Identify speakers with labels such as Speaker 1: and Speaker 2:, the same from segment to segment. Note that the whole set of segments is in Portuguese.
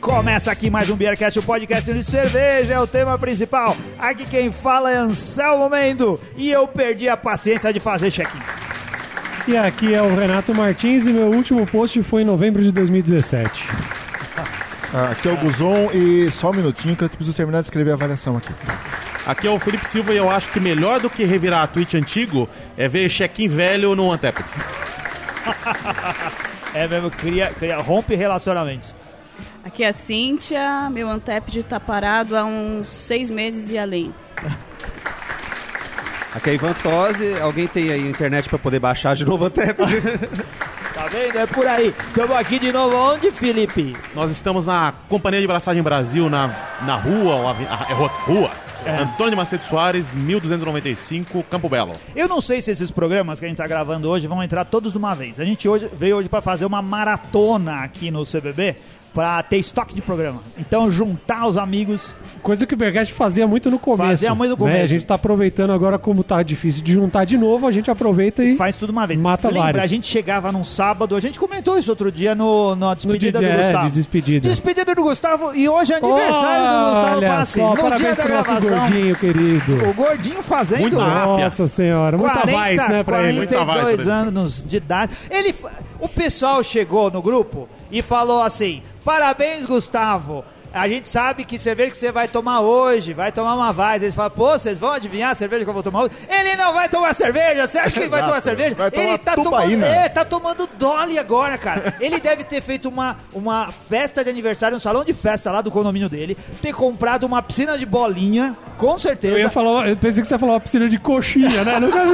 Speaker 1: Começa aqui mais um Beercast, o podcast de cerveja é o tema principal. Aqui quem fala é Anselmo Mendo e eu perdi a paciência de fazer check-in.
Speaker 2: E aqui é o Renato Martins e meu último post foi em novembro de 2017.
Speaker 3: Ah, Aqui é o Guzon e só um minutinho que eu preciso terminar de escrever a avaliação aqui.
Speaker 4: Aqui é o Felipe Silva e eu acho que melhor do que revirar a tweet antigo é ver check-in velho no Antepet.
Speaker 1: É mesmo, cria, cria, rompe relacionamentos.
Speaker 5: Aqui é a Cíntia, meu Antepid tá parado há uns seis meses e além.
Speaker 6: Aqui é Ivan Tose, alguém tem aí internet pra poder baixar de novo até?
Speaker 1: Tá vendo? É por aí. Estamos aqui de novo onde, Felipe?
Speaker 4: Nós estamos na Companhia de Braçagem Brasil, na, na rua, ou avi- ah, é rua, rua. Antônio de Macedo Soares, 1295, Campo Belo.
Speaker 1: Eu não sei se esses programas que a gente tá gravando hoje vão entrar todos de uma vez. A gente hoje veio hoje para fazer uma maratona aqui no CBB para ter estoque de programa. Então juntar os amigos
Speaker 2: Coisa que o Bergast fazia muito no começo.
Speaker 1: Fazia muito no
Speaker 2: né?
Speaker 1: começo.
Speaker 2: A gente tá aproveitando agora, como tá difícil de juntar de novo, a gente aproveita e.
Speaker 1: faz tudo uma vez.
Speaker 2: Mata
Speaker 1: Lembra,
Speaker 2: vários.
Speaker 1: a gente chegava num sábado, a gente comentou isso outro dia no, na despedida
Speaker 2: dia-
Speaker 1: do
Speaker 2: é,
Speaker 1: Gustavo.
Speaker 2: de despedida.
Speaker 1: Despedida do Gustavo e hoje é aniversário do Gustavo
Speaker 2: Olha
Speaker 1: Passi.
Speaker 2: só,
Speaker 1: no dia
Speaker 2: parabéns
Speaker 1: da
Speaker 2: pro nosso
Speaker 1: gravação,
Speaker 2: gordinho, querido.
Speaker 1: o gordinho fazendo
Speaker 4: Muito rápido.
Speaker 2: Nossa senhora, muita voz, né, pra ele.
Speaker 1: 42
Speaker 4: Muita voz pra ele.
Speaker 1: anos de idade. Ele, fa- o pessoal chegou no grupo e falou assim: parabéns, Gustavo. A gente sabe que cerveja que você vai tomar hoje, vai tomar uma Weiss. Eles falam, pô, vocês vão adivinhar a cerveja que eu vou tomar hoje? Ele não vai tomar cerveja, você acha que ele vai tomar cerveja?
Speaker 3: Vai tomar
Speaker 1: ele tá tomando,
Speaker 3: tubaína.
Speaker 1: é, tá tomando Dolly agora, cara. Ele deve ter feito uma, uma festa de aniversário, um salão de festa lá do condomínio dele, ter comprado uma piscina de bolinha, com certeza.
Speaker 2: Eu ia falar, eu pensei que você ia falar uma piscina de coxinha, né? Nunca-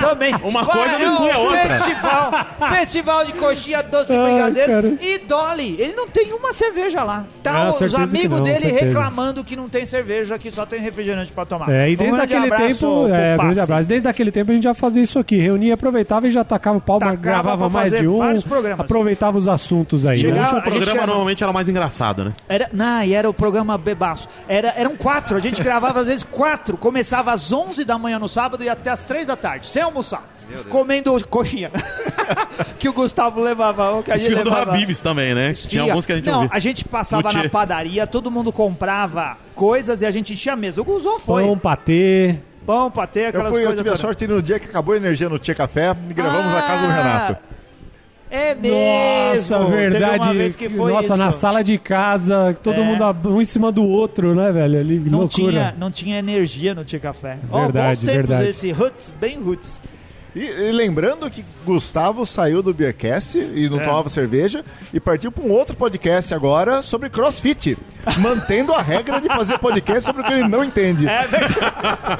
Speaker 1: Também.
Speaker 4: Uma coisa não exclui a
Speaker 1: um
Speaker 4: outra.
Speaker 1: Festival, festival de coxinha, doce e
Speaker 2: Ai,
Speaker 1: brigadeiros
Speaker 2: cara.
Speaker 1: e Dolly. Ele não tem uma cerveja lá. Tá
Speaker 2: Ah,
Speaker 1: os
Speaker 2: certeza que
Speaker 1: amigos
Speaker 2: não,
Speaker 1: dele
Speaker 2: certeza.
Speaker 1: reclamando que não tem cerveja, que só tem refrigerante pra tomar. Um
Speaker 2: É, e desde
Speaker 1: grande
Speaker 2: aquele
Speaker 1: abraço
Speaker 2: tempo.
Speaker 1: pro
Speaker 2: É, grande
Speaker 1: Passi.
Speaker 2: abraço. Desde aquele tempo a gente já fazia isso aqui. Reunia, aproveitava e já tacava o pau,
Speaker 1: Tacava pra
Speaker 2: gravava mais
Speaker 1: fazer
Speaker 2: de um.
Speaker 1: vários programas.
Speaker 2: Aproveitava os assuntos aí.
Speaker 1: Chegava-
Speaker 2: né?
Speaker 1: Ah,
Speaker 4: o
Speaker 1: a gente
Speaker 4: programa
Speaker 1: grava-
Speaker 4: normalmente era mais engraçado, né?
Speaker 1: Era, não, e era o programa Bebaço. Era, eram quatro, a gente gravava às vezes quatro. Começava às 11 da manhã no sábado e até às três da tarde, sem almoçar. Comendo coxinha. que o Gustavo levava. ou Que a gente
Speaker 4: Esfirra do
Speaker 1: levava.
Speaker 4: Habibs também, né? Tinha
Speaker 1: Tinha.
Speaker 4: alguns que a gente
Speaker 1: Não,
Speaker 4: ouvia.
Speaker 1: a gente passava
Speaker 4: Luthier.
Speaker 1: na padaria, todo mundo comprava coisas e a gente enchia a mesa. O Guzon foi.
Speaker 2: Pão, patê.
Speaker 1: Pão, patê,
Speaker 3: Eu,
Speaker 1: aquelas
Speaker 3: fui, eu
Speaker 1: coisas.
Speaker 3: tive a
Speaker 1: todas. Ah!
Speaker 3: sorte de ir no dia que acabou a energia no Tia Café e gravamos na casa do Renato.
Speaker 1: É mesmo.
Speaker 2: Nossa,
Speaker 1: Teve uma
Speaker 2: verdade.
Speaker 1: vez que foi
Speaker 2: Nossa,
Speaker 1: isso.
Speaker 2: na sala de casa, todo
Speaker 1: É.
Speaker 2: mundo ab- um em cima do outro, né, velho? Ali,
Speaker 1: Não tinha,
Speaker 2: loucura.
Speaker 1: não tinha energia no Tia Café. Ó, bons
Speaker 2: Verdade,
Speaker 1: tempos
Speaker 2: verdade.
Speaker 1: esse. Roots, bem roots.
Speaker 3: E, e lembrando que Gustavo saiu do Beercast e
Speaker 1: É.
Speaker 3: não tomava cerveja e partiu para um outro podcast agora sobre crossfit, mantendo a regra de fazer podcast sobre o que ele não entende.
Speaker 1: É verdade.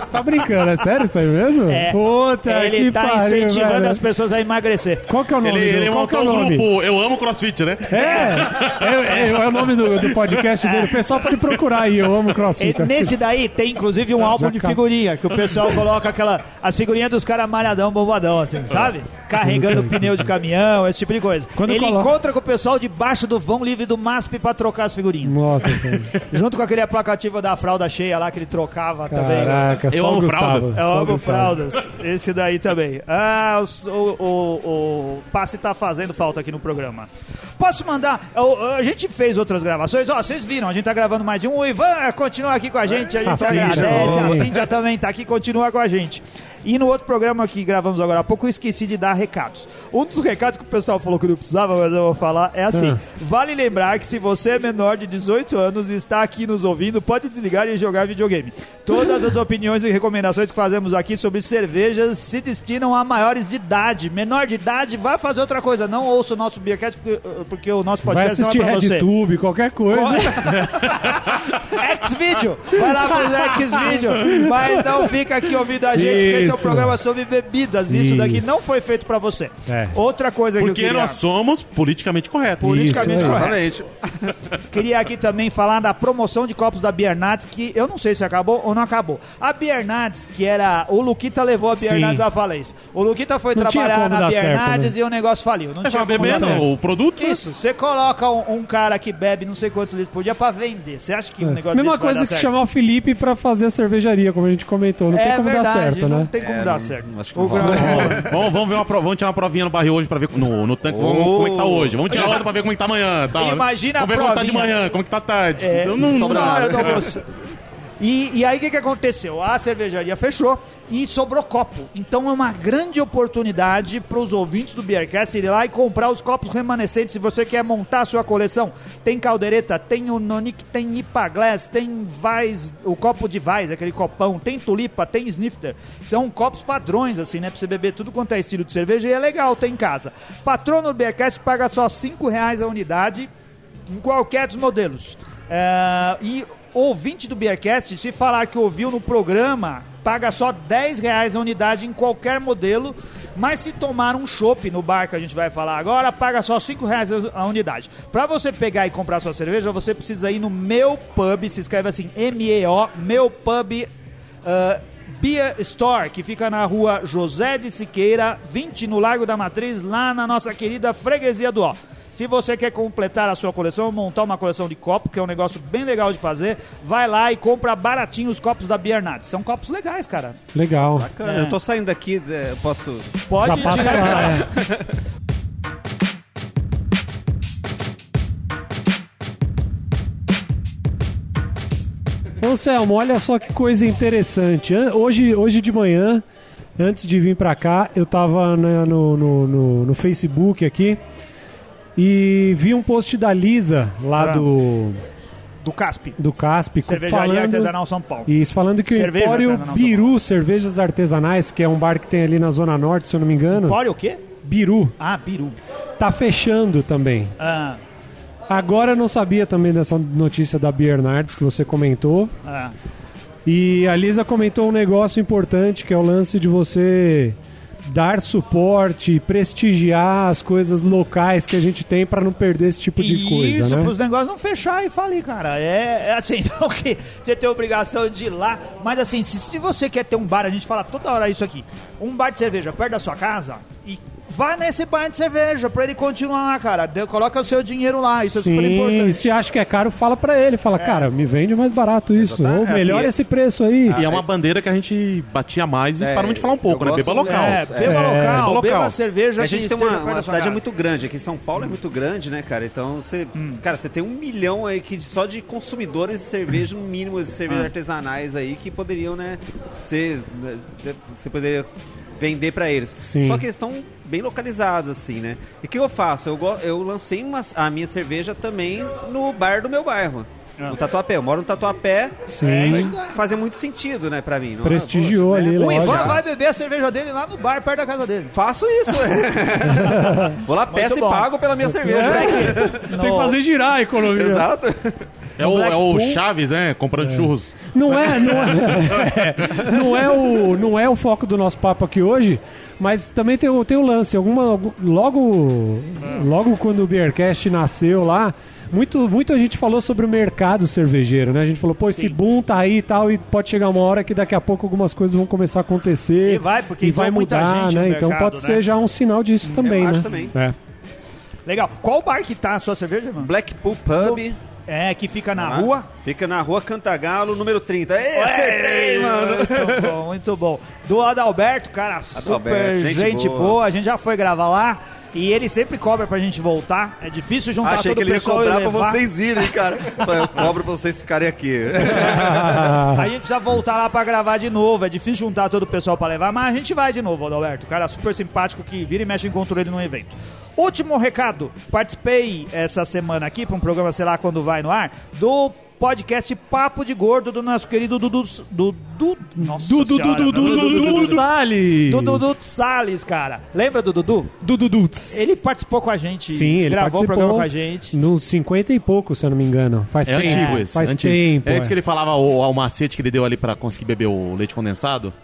Speaker 2: Você tá brincando, é sério isso aí mesmo?
Speaker 1: É.
Speaker 2: Puta,
Speaker 1: Ele
Speaker 2: que
Speaker 1: tá
Speaker 2: pariu,
Speaker 1: incentivando
Speaker 2: velho.
Speaker 1: as pessoas a emagrecer.
Speaker 2: Qual que é o nome
Speaker 4: Ele,
Speaker 2: do
Speaker 4: ele
Speaker 2: Qual que é
Speaker 4: montou
Speaker 2: o
Speaker 4: um
Speaker 2: nome?
Speaker 4: grupo Eu Amo Crossfit, né?
Speaker 2: É, é, é, é o nome do, do podcast dele. O pessoal pode procurar aí, eu amo
Speaker 1: E
Speaker 2: CrossFit.
Speaker 1: É, nesse daí tem inclusive um álbum de
Speaker 2: acabou.
Speaker 1: figurinha, que o pessoal coloca aquela, as figurinhas dos caras malhadão, bombadão, assim, sabe? Carregando pneu de caminhão, esse tipo de coisa.
Speaker 2: É. Quando
Speaker 1: Ele
Speaker 2: coloca-
Speaker 1: encontra com o pessoal debaixo do vão livre do MASP pra trocar as figurinhas.
Speaker 2: Nossa, cara.
Speaker 1: Junto com aquele aplicativo da fralda cheia lá que ele trocava também.
Speaker 2: caraca,
Speaker 4: Eu
Speaker 2: só o
Speaker 4: amo fraldas.
Speaker 2: Gustavo.
Speaker 1: É
Speaker 2: só o
Speaker 1: logo
Speaker 2: Gustavo.
Speaker 1: né? fraldas. Esse daí também. Ah, os- o, o, o passe tá fazendo falta aqui no programa. Posso mandar? Eu- a gente fez outras gravações. Ó, vocês viram, a gente tá gravando mais de um. O Ivan eh, continua aqui com a gente. A gente
Speaker 2: A Cíndia
Speaker 1: agradece. A
Speaker 2: também.
Speaker 1: Cíndia também tá aqui, continua com a gente. E no outro programa que gravamos agora há pouco, eu esqueci de dar recados. Um dos recados que o pessoal falou que não precisava, mas eu vou falar, é assim.
Speaker 2: Ah.
Speaker 1: Vale lembrar que se você é menor de 18 anos e está aqui nos ouvindo, pode desligar e jogar videogame. Todas as opiniões e recomendações que fazemos aqui sobre cervejas se destinam a maiores de idade. Menor de idade, vai fazer outra coisa. Não ouça o nosso Beercast, porque, porque o nosso
Speaker 2: Vai
Speaker 1: podcast não é
Speaker 2: assistir
Speaker 1: pra você.
Speaker 2: RedTube, qualquer coisa. é.
Speaker 1: X-Video! Vai lá pro X-Video! Mas não fica aqui ouvindo a gente, porque esse é um
Speaker 2: Isso.
Speaker 1: programa sobre bebidas. Isso,
Speaker 2: Isso.
Speaker 1: daqui não foi feito pra você.
Speaker 2: É.
Speaker 1: Outra coisa que eu
Speaker 4: Porque
Speaker 1: queria...
Speaker 4: nós somos politicamente corretos.
Speaker 1: Politicamente
Speaker 2: Isso aí.
Speaker 1: correto.
Speaker 3: é?
Speaker 6: Exatamente.
Speaker 1: Queria aqui também falar da promoção de copos da Biernats, que eu não sei se acabou ou não acabou. A Biernats, que era. O Luquita levou a Biernats
Speaker 2: Sim.
Speaker 1: à falência. O Luquita foi
Speaker 2: Não tinha
Speaker 1: trabalhar na
Speaker 2: como dar certo,
Speaker 1: Biernats
Speaker 2: né?
Speaker 1: e o negócio faliu. Não
Speaker 4: É
Speaker 1: tinha
Speaker 4: pra
Speaker 1: como
Speaker 4: beber,
Speaker 1: dar certo.
Speaker 4: não. O produto. né?
Speaker 1: Isso, você coloca um, um cara que bebe não sei quantos litros por dia pra vender. Você acha que o um negócio
Speaker 2: É. Mesma
Speaker 1: desse vai
Speaker 2: coisa
Speaker 1: dar
Speaker 2: que
Speaker 1: certo?
Speaker 2: chamar o Felipe pra fazer a cervejaria, como a gente comentou. Não
Speaker 1: é
Speaker 2: tem como
Speaker 1: verdade,
Speaker 2: dar certo,
Speaker 1: não
Speaker 2: né?
Speaker 1: tem como
Speaker 6: É,
Speaker 1: dar
Speaker 6: não-
Speaker 1: certo.
Speaker 6: acho que
Speaker 1: O
Speaker 6: não rola.
Speaker 1: Grau-
Speaker 4: Vamos, vamos ver uma pro- vamos tirar uma provinha no barril hoje pra ver no, no tanque vamos- como é que tá hoje. Vamos tirar outra pra ver como é que tá amanhã. Tá?
Speaker 1: Oh. Imagina a
Speaker 4: Vamos ver como tá de
Speaker 1: provinha.
Speaker 4: manhã, como que tá tarde.
Speaker 1: É,
Speaker 4: Eu não, não
Speaker 1: sobrou
Speaker 4: dá.
Speaker 1: na hora do almoço. E, e aí o que, que aconteceu? A cervejaria fechou e sobrou copo. Então é uma grande oportunidade para os ouvintes do Beercast ir lá e comprar os copos remanescentes se você quer montar a sua coleção. Tem caldeireta, tem o Nonic, tem Ipa Glass, tem Vaz, o copo de Vaz, aquele copão, tem tulipa, tem snifter. São copos padrões, assim, né? Pra você beber tudo quanto é estilo de cerveja e é legal, tem em casa. Patrono do Beercast paga só R$ 5 reais a unidade em qualquer dos modelos. É, e ouvinte do Beercast, se falar que ouviu no programa, paga só R$ 10 reais a unidade em qualquer modelo. Mas se tomar um chopp no bar que a gente vai falar agora, paga só R$ 5 reais a unidade. Pra você pegar e comprar sua cerveja, você precisa ir no Meu Pub, se escreve assim, M-E-O, Meu Pub ah, Beer Store, que fica na rua José de Siqueira, 20, no Largo da Matriz, lá na nossa querida Freguesia do Ó. Se você quer completar a sua coleção, montar uma coleção de copo, que é um negócio bem legal de fazer, vai lá e compra baratinho os copos da Biernat. São copos legais, cara.
Speaker 2: Legal.
Speaker 6: Bacana, eu tô saindo daqui, é, eu posso.
Speaker 1: Pode
Speaker 2: Já passa
Speaker 1: direto.
Speaker 2: lá, é. Anselmo, olha só que coisa interessante. An- Hoje, hoje de manhã, antes de vir pra cá, eu tava na- no, no, no- no Facebook aqui e vi um post da Lisa, lá
Speaker 1: Ah.
Speaker 2: do,
Speaker 1: Do Casp.
Speaker 2: do Casp,
Speaker 1: Cervejaria
Speaker 2: falando...
Speaker 1: Artesanal São Paulo.
Speaker 2: Isso, falando que o
Speaker 1: Cerveja
Speaker 2: Empório
Speaker 1: artesanal São
Speaker 2: Biru Cervejas Artesanais, que é um bar que tem ali na Zona Norte, se eu não me engano,
Speaker 1: Pode o quê?
Speaker 2: Biru,
Speaker 1: Ah, Biru.
Speaker 2: tá fechando também.
Speaker 1: Ah,
Speaker 2: Agora eu não sabia também dessa notícia da Biernardes que você comentou.
Speaker 1: ah.
Speaker 2: E a Lisa comentou um negócio importante que é o lance de você dar suporte, prestigiar as coisas locais que a gente tem pra não perder esse tipo de coisa,
Speaker 1: Isso,
Speaker 2: né?
Speaker 1: pros negócios não fechar e falir, cara. É, é assim, não que você tem obrigação de ir lá. Mas assim, se, se você quer ter um bar, a gente fala toda hora isso aqui. Um bar de cerveja perto da sua casa e vá nesse bar de cerveja pra ele continuar, cara. De- coloca o seu dinheiro lá, isso é super
Speaker 2: Sim,
Speaker 1: importante. É.
Speaker 2: se acha que é caro, fala pra ele, fala, cara, me vende mais barato isso, ou
Speaker 6: assim,
Speaker 2: melhora
Speaker 6: é-
Speaker 2: esse preço aí.
Speaker 4: E é uma bandeira que a gente batia mais e
Speaker 6: É,
Speaker 4: paramos de falar um pouco,
Speaker 6: eu
Speaker 4: né?
Speaker 6: gosto-
Speaker 4: Beba local.
Speaker 1: É,
Speaker 6: É,
Speaker 1: beba local,
Speaker 4: local.
Speaker 1: beba cerveja
Speaker 6: A gente
Speaker 1: que
Speaker 6: tem
Speaker 1: esteja
Speaker 6: uma,
Speaker 1: perto
Speaker 6: uma
Speaker 1: da sua
Speaker 6: cidade é
Speaker 1: casa.
Speaker 6: muito grande, aqui em São Paulo é muito grande, né, cara? Então você, cara, você tem um milhão aí que só de consumidores de cerveja, no mínimo de cervejas artesanais aí que poderiam, né, ser, né, de- você poderia vender pra eles.
Speaker 2: Sim.
Speaker 6: Só que eles estão bem localizados assim, né? E o que eu faço? Eu, go- eu lancei uma- a minha cerveja também no bar do meu bairro. No Tatuapé, eu moro no Tatuapé.
Speaker 2: Sim.
Speaker 1: É isso daí.
Speaker 6: Fazia muito sentido, né, pra mim. Não,
Speaker 2: Prestigiou ali,
Speaker 1: O
Speaker 2: lógico.
Speaker 1: Ivan vai beber a cerveja dele lá no bar perto da casa dele.
Speaker 6: Faço isso. né? Vou lá, peço e
Speaker 1: bom.
Speaker 6: pago pela minha cerveja.
Speaker 2: Tem que fazer girar a economia.
Speaker 6: Exato.
Speaker 4: É o, é o
Speaker 1: Blackpool.
Speaker 4: Chaves, né? Comprando churros.
Speaker 2: Não é, não é, não é o, não é o foco do nosso papo aqui hoje, mas também tem o, tem o lance. Alguma, algum- logo, logo quando o Beercast nasceu lá, muito, muita gente falou sobre o mercado cervejeiro, né? A gente falou, pô, esse boom tá aí e tal, e pode chegar uma hora que daqui a pouco algumas coisas vão começar a acontecer.
Speaker 1: E vai, porque
Speaker 2: e
Speaker 1: entrou
Speaker 2: vai
Speaker 1: muita
Speaker 2: mudar,
Speaker 1: gente
Speaker 2: né?
Speaker 1: no
Speaker 2: então
Speaker 1: mercado,
Speaker 2: pode ser
Speaker 1: né?
Speaker 2: já um sinal disso também,
Speaker 6: eu acho
Speaker 2: né?
Speaker 6: também.
Speaker 2: É.
Speaker 1: Legal. Qual bar que tá a sua cerveja, mano?
Speaker 6: Blackpool Pub.
Speaker 1: É, que fica na
Speaker 6: tá?
Speaker 1: rua.
Speaker 6: Fica na rua Cantagalo, número 30. Ei, acertei, mano.
Speaker 1: Muito bom, muito bom. Do Adalberto, cara, super
Speaker 6: Adalberto,
Speaker 1: gente,
Speaker 6: gente
Speaker 1: boa.
Speaker 6: boa.
Speaker 1: A gente já foi gravar lá e ele sempre cobra pra gente voltar. É difícil juntar
Speaker 6: Achei
Speaker 1: todo
Speaker 6: que ele
Speaker 1: o
Speaker 6: ia
Speaker 1: pessoal
Speaker 6: cobrar
Speaker 1: e
Speaker 6: pra
Speaker 1: levar.
Speaker 6: vocês irem, cara. Falei, Eu cobro pra vocês ficarem aqui.
Speaker 4: É?
Speaker 1: A gente precisa voltar lá pra gravar de novo. É difícil juntar todo o pessoal pra levar, mas a gente vai de novo, Adalberto. Cara super simpático que vira e mexe encontro ele num evento. Último recado: participei essa semana aqui pra um programa, sei lá quando vai no ar, do podcast Papo de Gordo do nosso querido Dudu. Dudu. Nossa
Speaker 2: Dudu,
Speaker 1: Senhora,
Speaker 2: Dudu,
Speaker 1: meu
Speaker 2: Dudu, Dudu Salles.
Speaker 1: Do Dudu Salles, cara. Lembra do Dudu?
Speaker 2: Dudu Dutz.
Speaker 1: Ele participou com a gente.
Speaker 2: Sim, ele
Speaker 1: gravou
Speaker 2: participou
Speaker 1: o programa com a gente.
Speaker 2: Nos 50 e pouco, se eu não me engano. Faz
Speaker 4: É
Speaker 2: tempo.
Speaker 4: antigo esse.
Speaker 2: Faz
Speaker 4: antigo.
Speaker 2: tempo.
Speaker 4: É esse que ele falava, o, o macete que ele deu ali pra conseguir beber o leite condensado.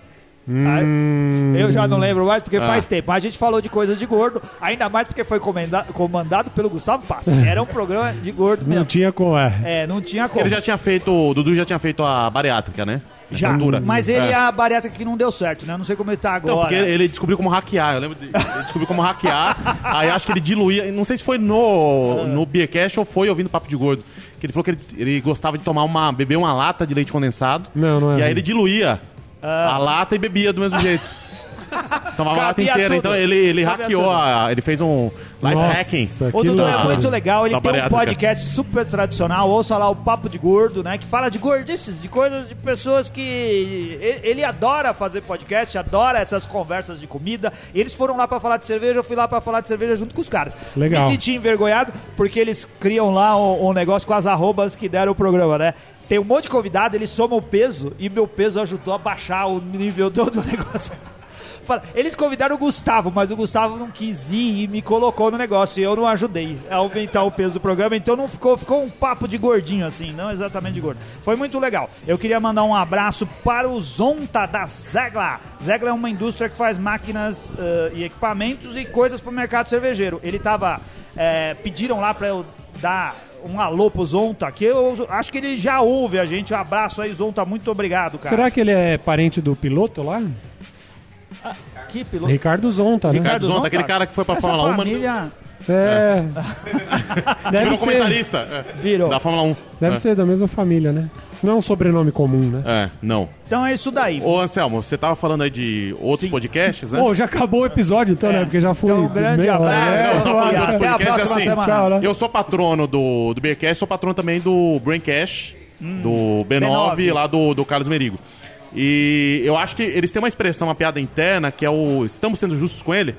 Speaker 2: Hum.
Speaker 1: Ah, Eu já não lembro mais porque
Speaker 4: Ah.
Speaker 1: faz tempo. A gente falou de coisas de gordo, ainda mais porque foi comenda- comandado pelo Gustavo Passi. Era um programa de gordo
Speaker 2: Não
Speaker 1: mesmo.
Speaker 2: tinha como é.
Speaker 1: É, não tinha como.
Speaker 4: Ele já tinha feito, o Dudu já tinha feito a bariátrica, né? Nessa
Speaker 1: Já.
Speaker 4: altura.
Speaker 1: Mas ele é.
Speaker 4: É.
Speaker 1: a bariátrica que não deu certo, né? Eu Não sei como ele tá agora.
Speaker 4: Não, porque ele descobriu como hackear, eu lembro. De, ele descobriu como hackear, aí acho que ele diluía, e não sei se foi no,
Speaker 1: Ah.
Speaker 4: no Beercast ou foi ouvindo Papo de Gordo, que ele falou que ele, ele gostava de tomar uma, beber uma lata de leite condensado,
Speaker 2: Não, não é.
Speaker 4: e aí ele diluía a lata e bebia do mesmo jeito. Tomava a lata
Speaker 1: Ah. Cabia
Speaker 4: inteira.
Speaker 1: tudo.
Speaker 4: Então ele, ele
Speaker 1: Cabia
Speaker 4: hackeou,
Speaker 1: tudo.
Speaker 4: a, ele fez um life
Speaker 2: Nossa,
Speaker 4: hacking.
Speaker 2: que
Speaker 1: O Dudu é
Speaker 2: loucura.
Speaker 1: muito legal, ele
Speaker 4: Tá
Speaker 1: tem um
Speaker 4: pareado,
Speaker 1: podcast super tradicional, ouça lá o Papo de Gordo, né? Que fala de gordices, de coisas de pessoas que. Ele, ele adora fazer podcast, adora essas conversas de comida. Eles foram lá pra falar de cerveja, eu fui lá pra falar de cerveja junto com os caras.
Speaker 2: Legal.
Speaker 1: Me senti envergonhado, porque eles criam lá um, um negócio com as arrobas que deram o programa, né? Tem um monte de convidado, eles somam o peso e meu peso ajudou a baixar o nível do, do negócio. Fala, Eles convidaram o Gustavo, mas o Gustavo não quis ir e me colocou no negócio. E eu não ajudei a aumentar o peso do programa, então não ficou, ficou um papo de gordinho assim, não exatamente de gordo. Foi muito legal. Eu queria mandar um abraço para o Zonta da Zegla. Zegla é uma indústria que faz máquinas eh, e equipamentos e coisas para o mercado cervejeiro. Ele tava. eh, pediram lá para eu dar um alô pro Zonta, que eu acho que ele já ouve a gente. Um abraço aí, Zonta. Muito obrigado, cara.
Speaker 2: Será que ele é parente do piloto lá?
Speaker 1: que piloto?
Speaker 2: Ricardo Zonta, né?
Speaker 4: Ricardo Zonta, aquele cara que foi pra
Speaker 1: é Essa
Speaker 4: Fórmula 1, mas-
Speaker 1: família
Speaker 2: É.
Speaker 4: Virou
Speaker 2: deve ser,
Speaker 4: comentarista. é,
Speaker 1: virou.
Speaker 4: Da Fórmula 1.
Speaker 2: deve ser da mesma família, né? Não é um sobrenome comum, né?
Speaker 4: É, não.
Speaker 1: Então é isso daí.
Speaker 4: Ô, Anselmo, você tava falando aí de outros
Speaker 1: Sim.
Speaker 4: podcasts, né?
Speaker 2: Pô, já acabou o episódio então, né? Porque já foi.
Speaker 1: Então, um grande
Speaker 2: meia hora,
Speaker 1: abraço.
Speaker 2: né?
Speaker 4: É, eu tô falando
Speaker 1: e
Speaker 4: de
Speaker 1: até a
Speaker 4: podcast
Speaker 1: próxima
Speaker 4: assim.
Speaker 1: semana.
Speaker 2: Tchau, né?
Speaker 4: Eu sou patrono do, do Beercast, sou patrono também do Braincast, do B9,
Speaker 1: B9.
Speaker 4: lá do, do Carlos Merigo. E eu acho que eles têm uma expressão, uma piada interna, que é o estamos sendo justos com ele.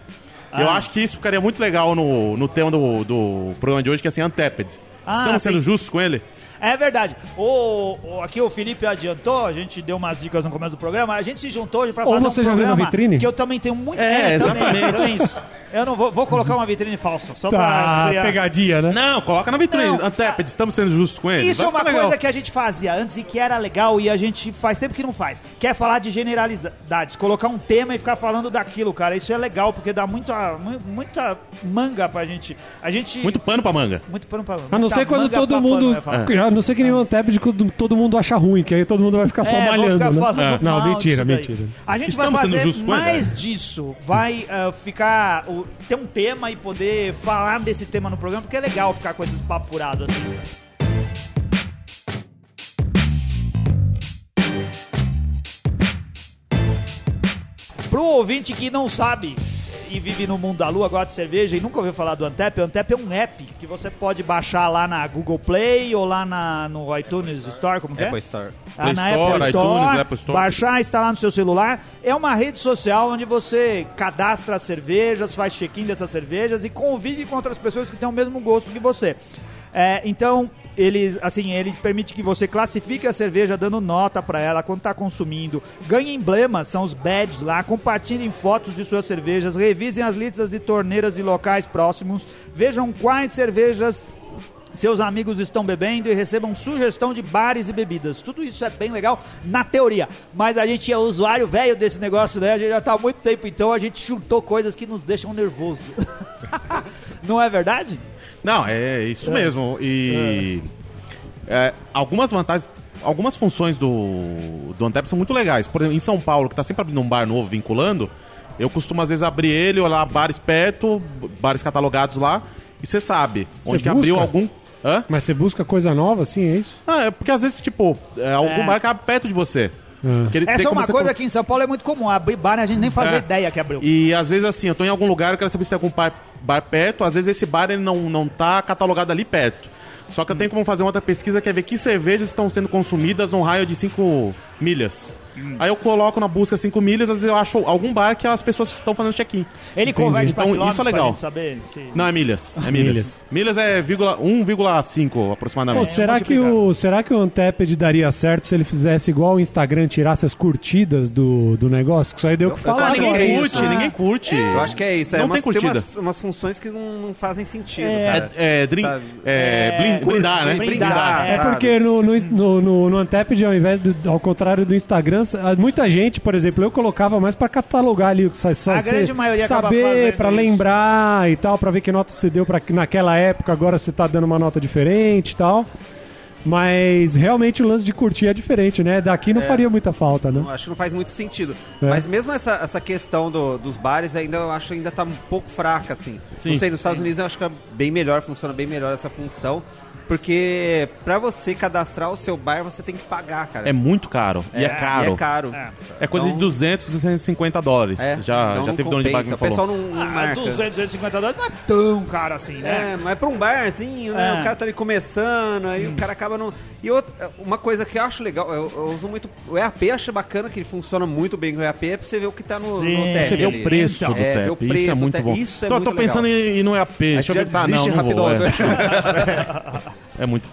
Speaker 4: Eu acho que isso ficaria muito legal no, no tema do, do programa de hoje, que é assim, Untapped.
Speaker 1: Ah,
Speaker 4: estamos
Speaker 1: sim.
Speaker 4: sendo justos com ele?
Speaker 1: É verdade. O, o- aqui o Felipe adiantou, a gente deu umas dicas no começo do programa. A gente se juntou hoje pra
Speaker 2: Ou
Speaker 1: fazer
Speaker 2: você
Speaker 1: um
Speaker 2: já viu na
Speaker 1: programa
Speaker 2: vitrine?
Speaker 1: que eu também tenho muito...
Speaker 4: É,
Speaker 1: também,
Speaker 4: exatamente.
Speaker 1: também isso. Eu não vou, vou colocar uma vitrine falsa, só pra...
Speaker 2: Tá,
Speaker 1: criar-
Speaker 2: pegadinha, né?
Speaker 4: Não, coloca na vitrine.
Speaker 1: Não.
Speaker 4: Untapped, estamos sendo justos com ele.
Speaker 1: Isso é
Speaker 4: Vai
Speaker 1: uma
Speaker 4: ficar
Speaker 1: coisa
Speaker 4: legal.
Speaker 1: que a gente fazia antes e que era legal e a gente faz tempo que não faz. Quer falar de generalidades, colocar um tema e ficar falando daquilo, cara. Isso é legal porque dá muita, mu- muita manga pra gente. A gente
Speaker 4: Muito pano pra manga.
Speaker 1: muito pano pra
Speaker 2: A não
Speaker 1: muita
Speaker 2: ser quando
Speaker 1: Tá manga
Speaker 2: todo
Speaker 1: pra né, pano,
Speaker 2: mundo. É.
Speaker 1: eu ia falar.
Speaker 2: a não ser que nem o Antep de quando todo mundo acha ruim, que aí todo mundo vai ficar só
Speaker 1: É, vamos
Speaker 2: malhando.
Speaker 1: ficar
Speaker 2: né?
Speaker 1: fazendo
Speaker 2: É. Não,
Speaker 1: mal
Speaker 2: mentira,
Speaker 1: disso daí.
Speaker 2: mentira.
Speaker 1: A gente
Speaker 4: Estamos
Speaker 1: vai
Speaker 4: sendo
Speaker 1: fazer
Speaker 4: justos com ele,
Speaker 1: mais disso. Vai ah, ficar. o- ter um tema e poder falar desse tema no programa, porque é legal ficar com esses papo furado assim. Pro ouvinte que não sabe e vive no mundo da lua, gosta de cerveja e nunca ouviu falar do Antep, o Antep é um app que você pode baixar lá na Google Play ou lá na, no iTunes Store, como que é?
Speaker 6: Apple Store.
Speaker 1: Ah,
Speaker 4: Play
Speaker 1: na
Speaker 4: Store,
Speaker 1: Apple Store,
Speaker 4: iTunes, Apple Store.
Speaker 1: baixar, instalar no seu celular. É uma rede social onde você cadastra as cervejas, faz check-in dessas cervejas e convive com outras pessoas que têm o mesmo gosto que você. É, então, ele, assim, ele permite que você classifique a cerveja dando nota pra ela quando tá consumindo, ganhe emblemas, são os badges lá, compartilhem fotos de suas cervejas, revisem as listas de torneiras de locais próximos, vejam quais cervejas seus amigos estão bebendo e recebam sugestão de bares e bebidas. Tudo isso é bem legal na teoria, mas a gente é usuário velho desse negócio, né? A gente já tá há muito tempo, então a gente juntou coisas que nos deixam nervoso. Não é verdade?
Speaker 4: Não, é isso mesmo. E é, algumas vantagens, algumas funções do, do Antep são muito legais. Por exemplo, em São Paulo, que tá sempre abrindo um bar novo, vinculando, eu costumo às vezes abrir ele, olhar bares perto, bares catalogados lá, e você sabe
Speaker 2: Você
Speaker 4: onde que abriu
Speaker 2: busca?
Speaker 4: algum. Hã?
Speaker 2: Mas você busca coisa nova, assim, é isso?
Speaker 4: Ah, é porque às vezes, tipo, é, algum bar que abre perto de você. Que ele tem
Speaker 1: Essa é
Speaker 4: como
Speaker 1: uma
Speaker 4: você
Speaker 1: coisa que em São Paulo é muito comum. Abrir bar, né? a gente nem fazia
Speaker 4: É.
Speaker 1: ideia que abriu.
Speaker 4: E às vezes assim, eu tô em algum lugar, eu quero saber se tem algum bar, bar perto, às vezes esse bar ele não, não tá catalogado ali perto. Só que eu tenho como fazer uma outra pesquisa que é ver que cervejas estão sendo consumidas num raio de 5 milhas. Aí eu coloco na busca 5 milhas, às vezes eu acho algum bar que as pessoas estão fazendo check-in.
Speaker 1: Ele converte pra
Speaker 4: Então,
Speaker 1: quilômetros
Speaker 4: isso é legal.
Speaker 1: pra gente saber se...
Speaker 4: Não, é milhas. É milhas. Milhas, é vírgula- 1,5
Speaker 2: Pô,
Speaker 4: aproximadamente.
Speaker 2: será, que o, será que o Anteped daria certo se ele fizesse igual o Instagram, tirasse as curtidas do, do negócio? Que isso aí deu o que
Speaker 6: eu
Speaker 2: falar
Speaker 4: Ah,
Speaker 6: acho
Speaker 2: agora.
Speaker 4: ninguém
Speaker 6: que é
Speaker 4: curte,
Speaker 6: isso.
Speaker 4: ninguém curte.
Speaker 6: Eu acho que é isso. É
Speaker 4: Não
Speaker 6: umas,
Speaker 4: tem curtida.
Speaker 6: umas, umas funções que não, não fazem sentido,
Speaker 4: É,
Speaker 6: cara.
Speaker 4: é, drink,
Speaker 6: Sabe?
Speaker 4: é, blin- brindar, né?
Speaker 1: Brindar.
Speaker 2: É
Speaker 6: sabe?
Speaker 2: porque no, no, no, no, no Antepid, ao invés do, ao contrário do Instagram, sa- muita gente, por exemplo, eu colocava mais pra catalogar ali o que sai,
Speaker 1: A grande maioria acaba
Speaker 2: saber,
Speaker 1: fazendo
Speaker 2: pra
Speaker 1: isso.
Speaker 2: lembrar e tal, pra ver que nota você deu para naquela época, agora você tá dando uma nota diferente e tal. Mas realmente o lance de curtir é diferente, né? Daqui não faria muita falta, né?
Speaker 6: Não, acho que não faz muito sentido.
Speaker 2: É.
Speaker 6: Mas mesmo essa, essa questão do- dos bares, ainda eu acho que ainda tá um pouco fraca, assim.
Speaker 4: Sim.
Speaker 6: Não sei, nos Estados Unidos eu acho que é bem melhor, funciona bem melhor essa função. Porque pra você cadastrar o seu bar, você tem que pagar, cara.
Speaker 4: É muito caro. e é caro.
Speaker 6: E
Speaker 4: é,
Speaker 6: é caro.
Speaker 1: É.
Speaker 4: coisa de
Speaker 6: Então-
Speaker 4: 200, 250 dólares.
Speaker 6: É,
Speaker 4: Já,
Speaker 6: então
Speaker 4: já
Speaker 6: não
Speaker 4: teve dono de bar que
Speaker 6: compensa.
Speaker 4: me
Speaker 6: O pessoal
Speaker 4: falou.
Speaker 6: não, não
Speaker 1: Ah,
Speaker 6: marca.
Speaker 1: 200, 250 dólares não é tão caro assim, né?
Speaker 6: É, mas pra um barzinho, né?
Speaker 1: É.
Speaker 6: O cara tá ali começando, aí o cara acaba não. E outra, uma coisa que eu acho legal, eu, eu uso muito. O EAP acho bacana, que ele funciona muito bem com o EAP, é pra você ver o que tá no, no
Speaker 1: Sim.
Speaker 6: TEP
Speaker 4: Você vê
Speaker 6: ali.
Speaker 4: o preço
Speaker 1: Então,
Speaker 4: do
Speaker 6: é, vê
Speaker 4: TEP.
Speaker 6: o
Speaker 4: isso
Speaker 6: preço
Speaker 4: é
Speaker 6: do
Speaker 4: muito
Speaker 6: TEP.
Speaker 4: bom.
Speaker 6: Isso é
Speaker 4: tô,
Speaker 6: muito
Speaker 4: tô pensando em, em no EAP. Deixa eu
Speaker 6: já
Speaker 4: ver. Ah, não,
Speaker 6: desiste
Speaker 4: não vou.
Speaker 6: rapidão. né?
Speaker 4: É, é muito.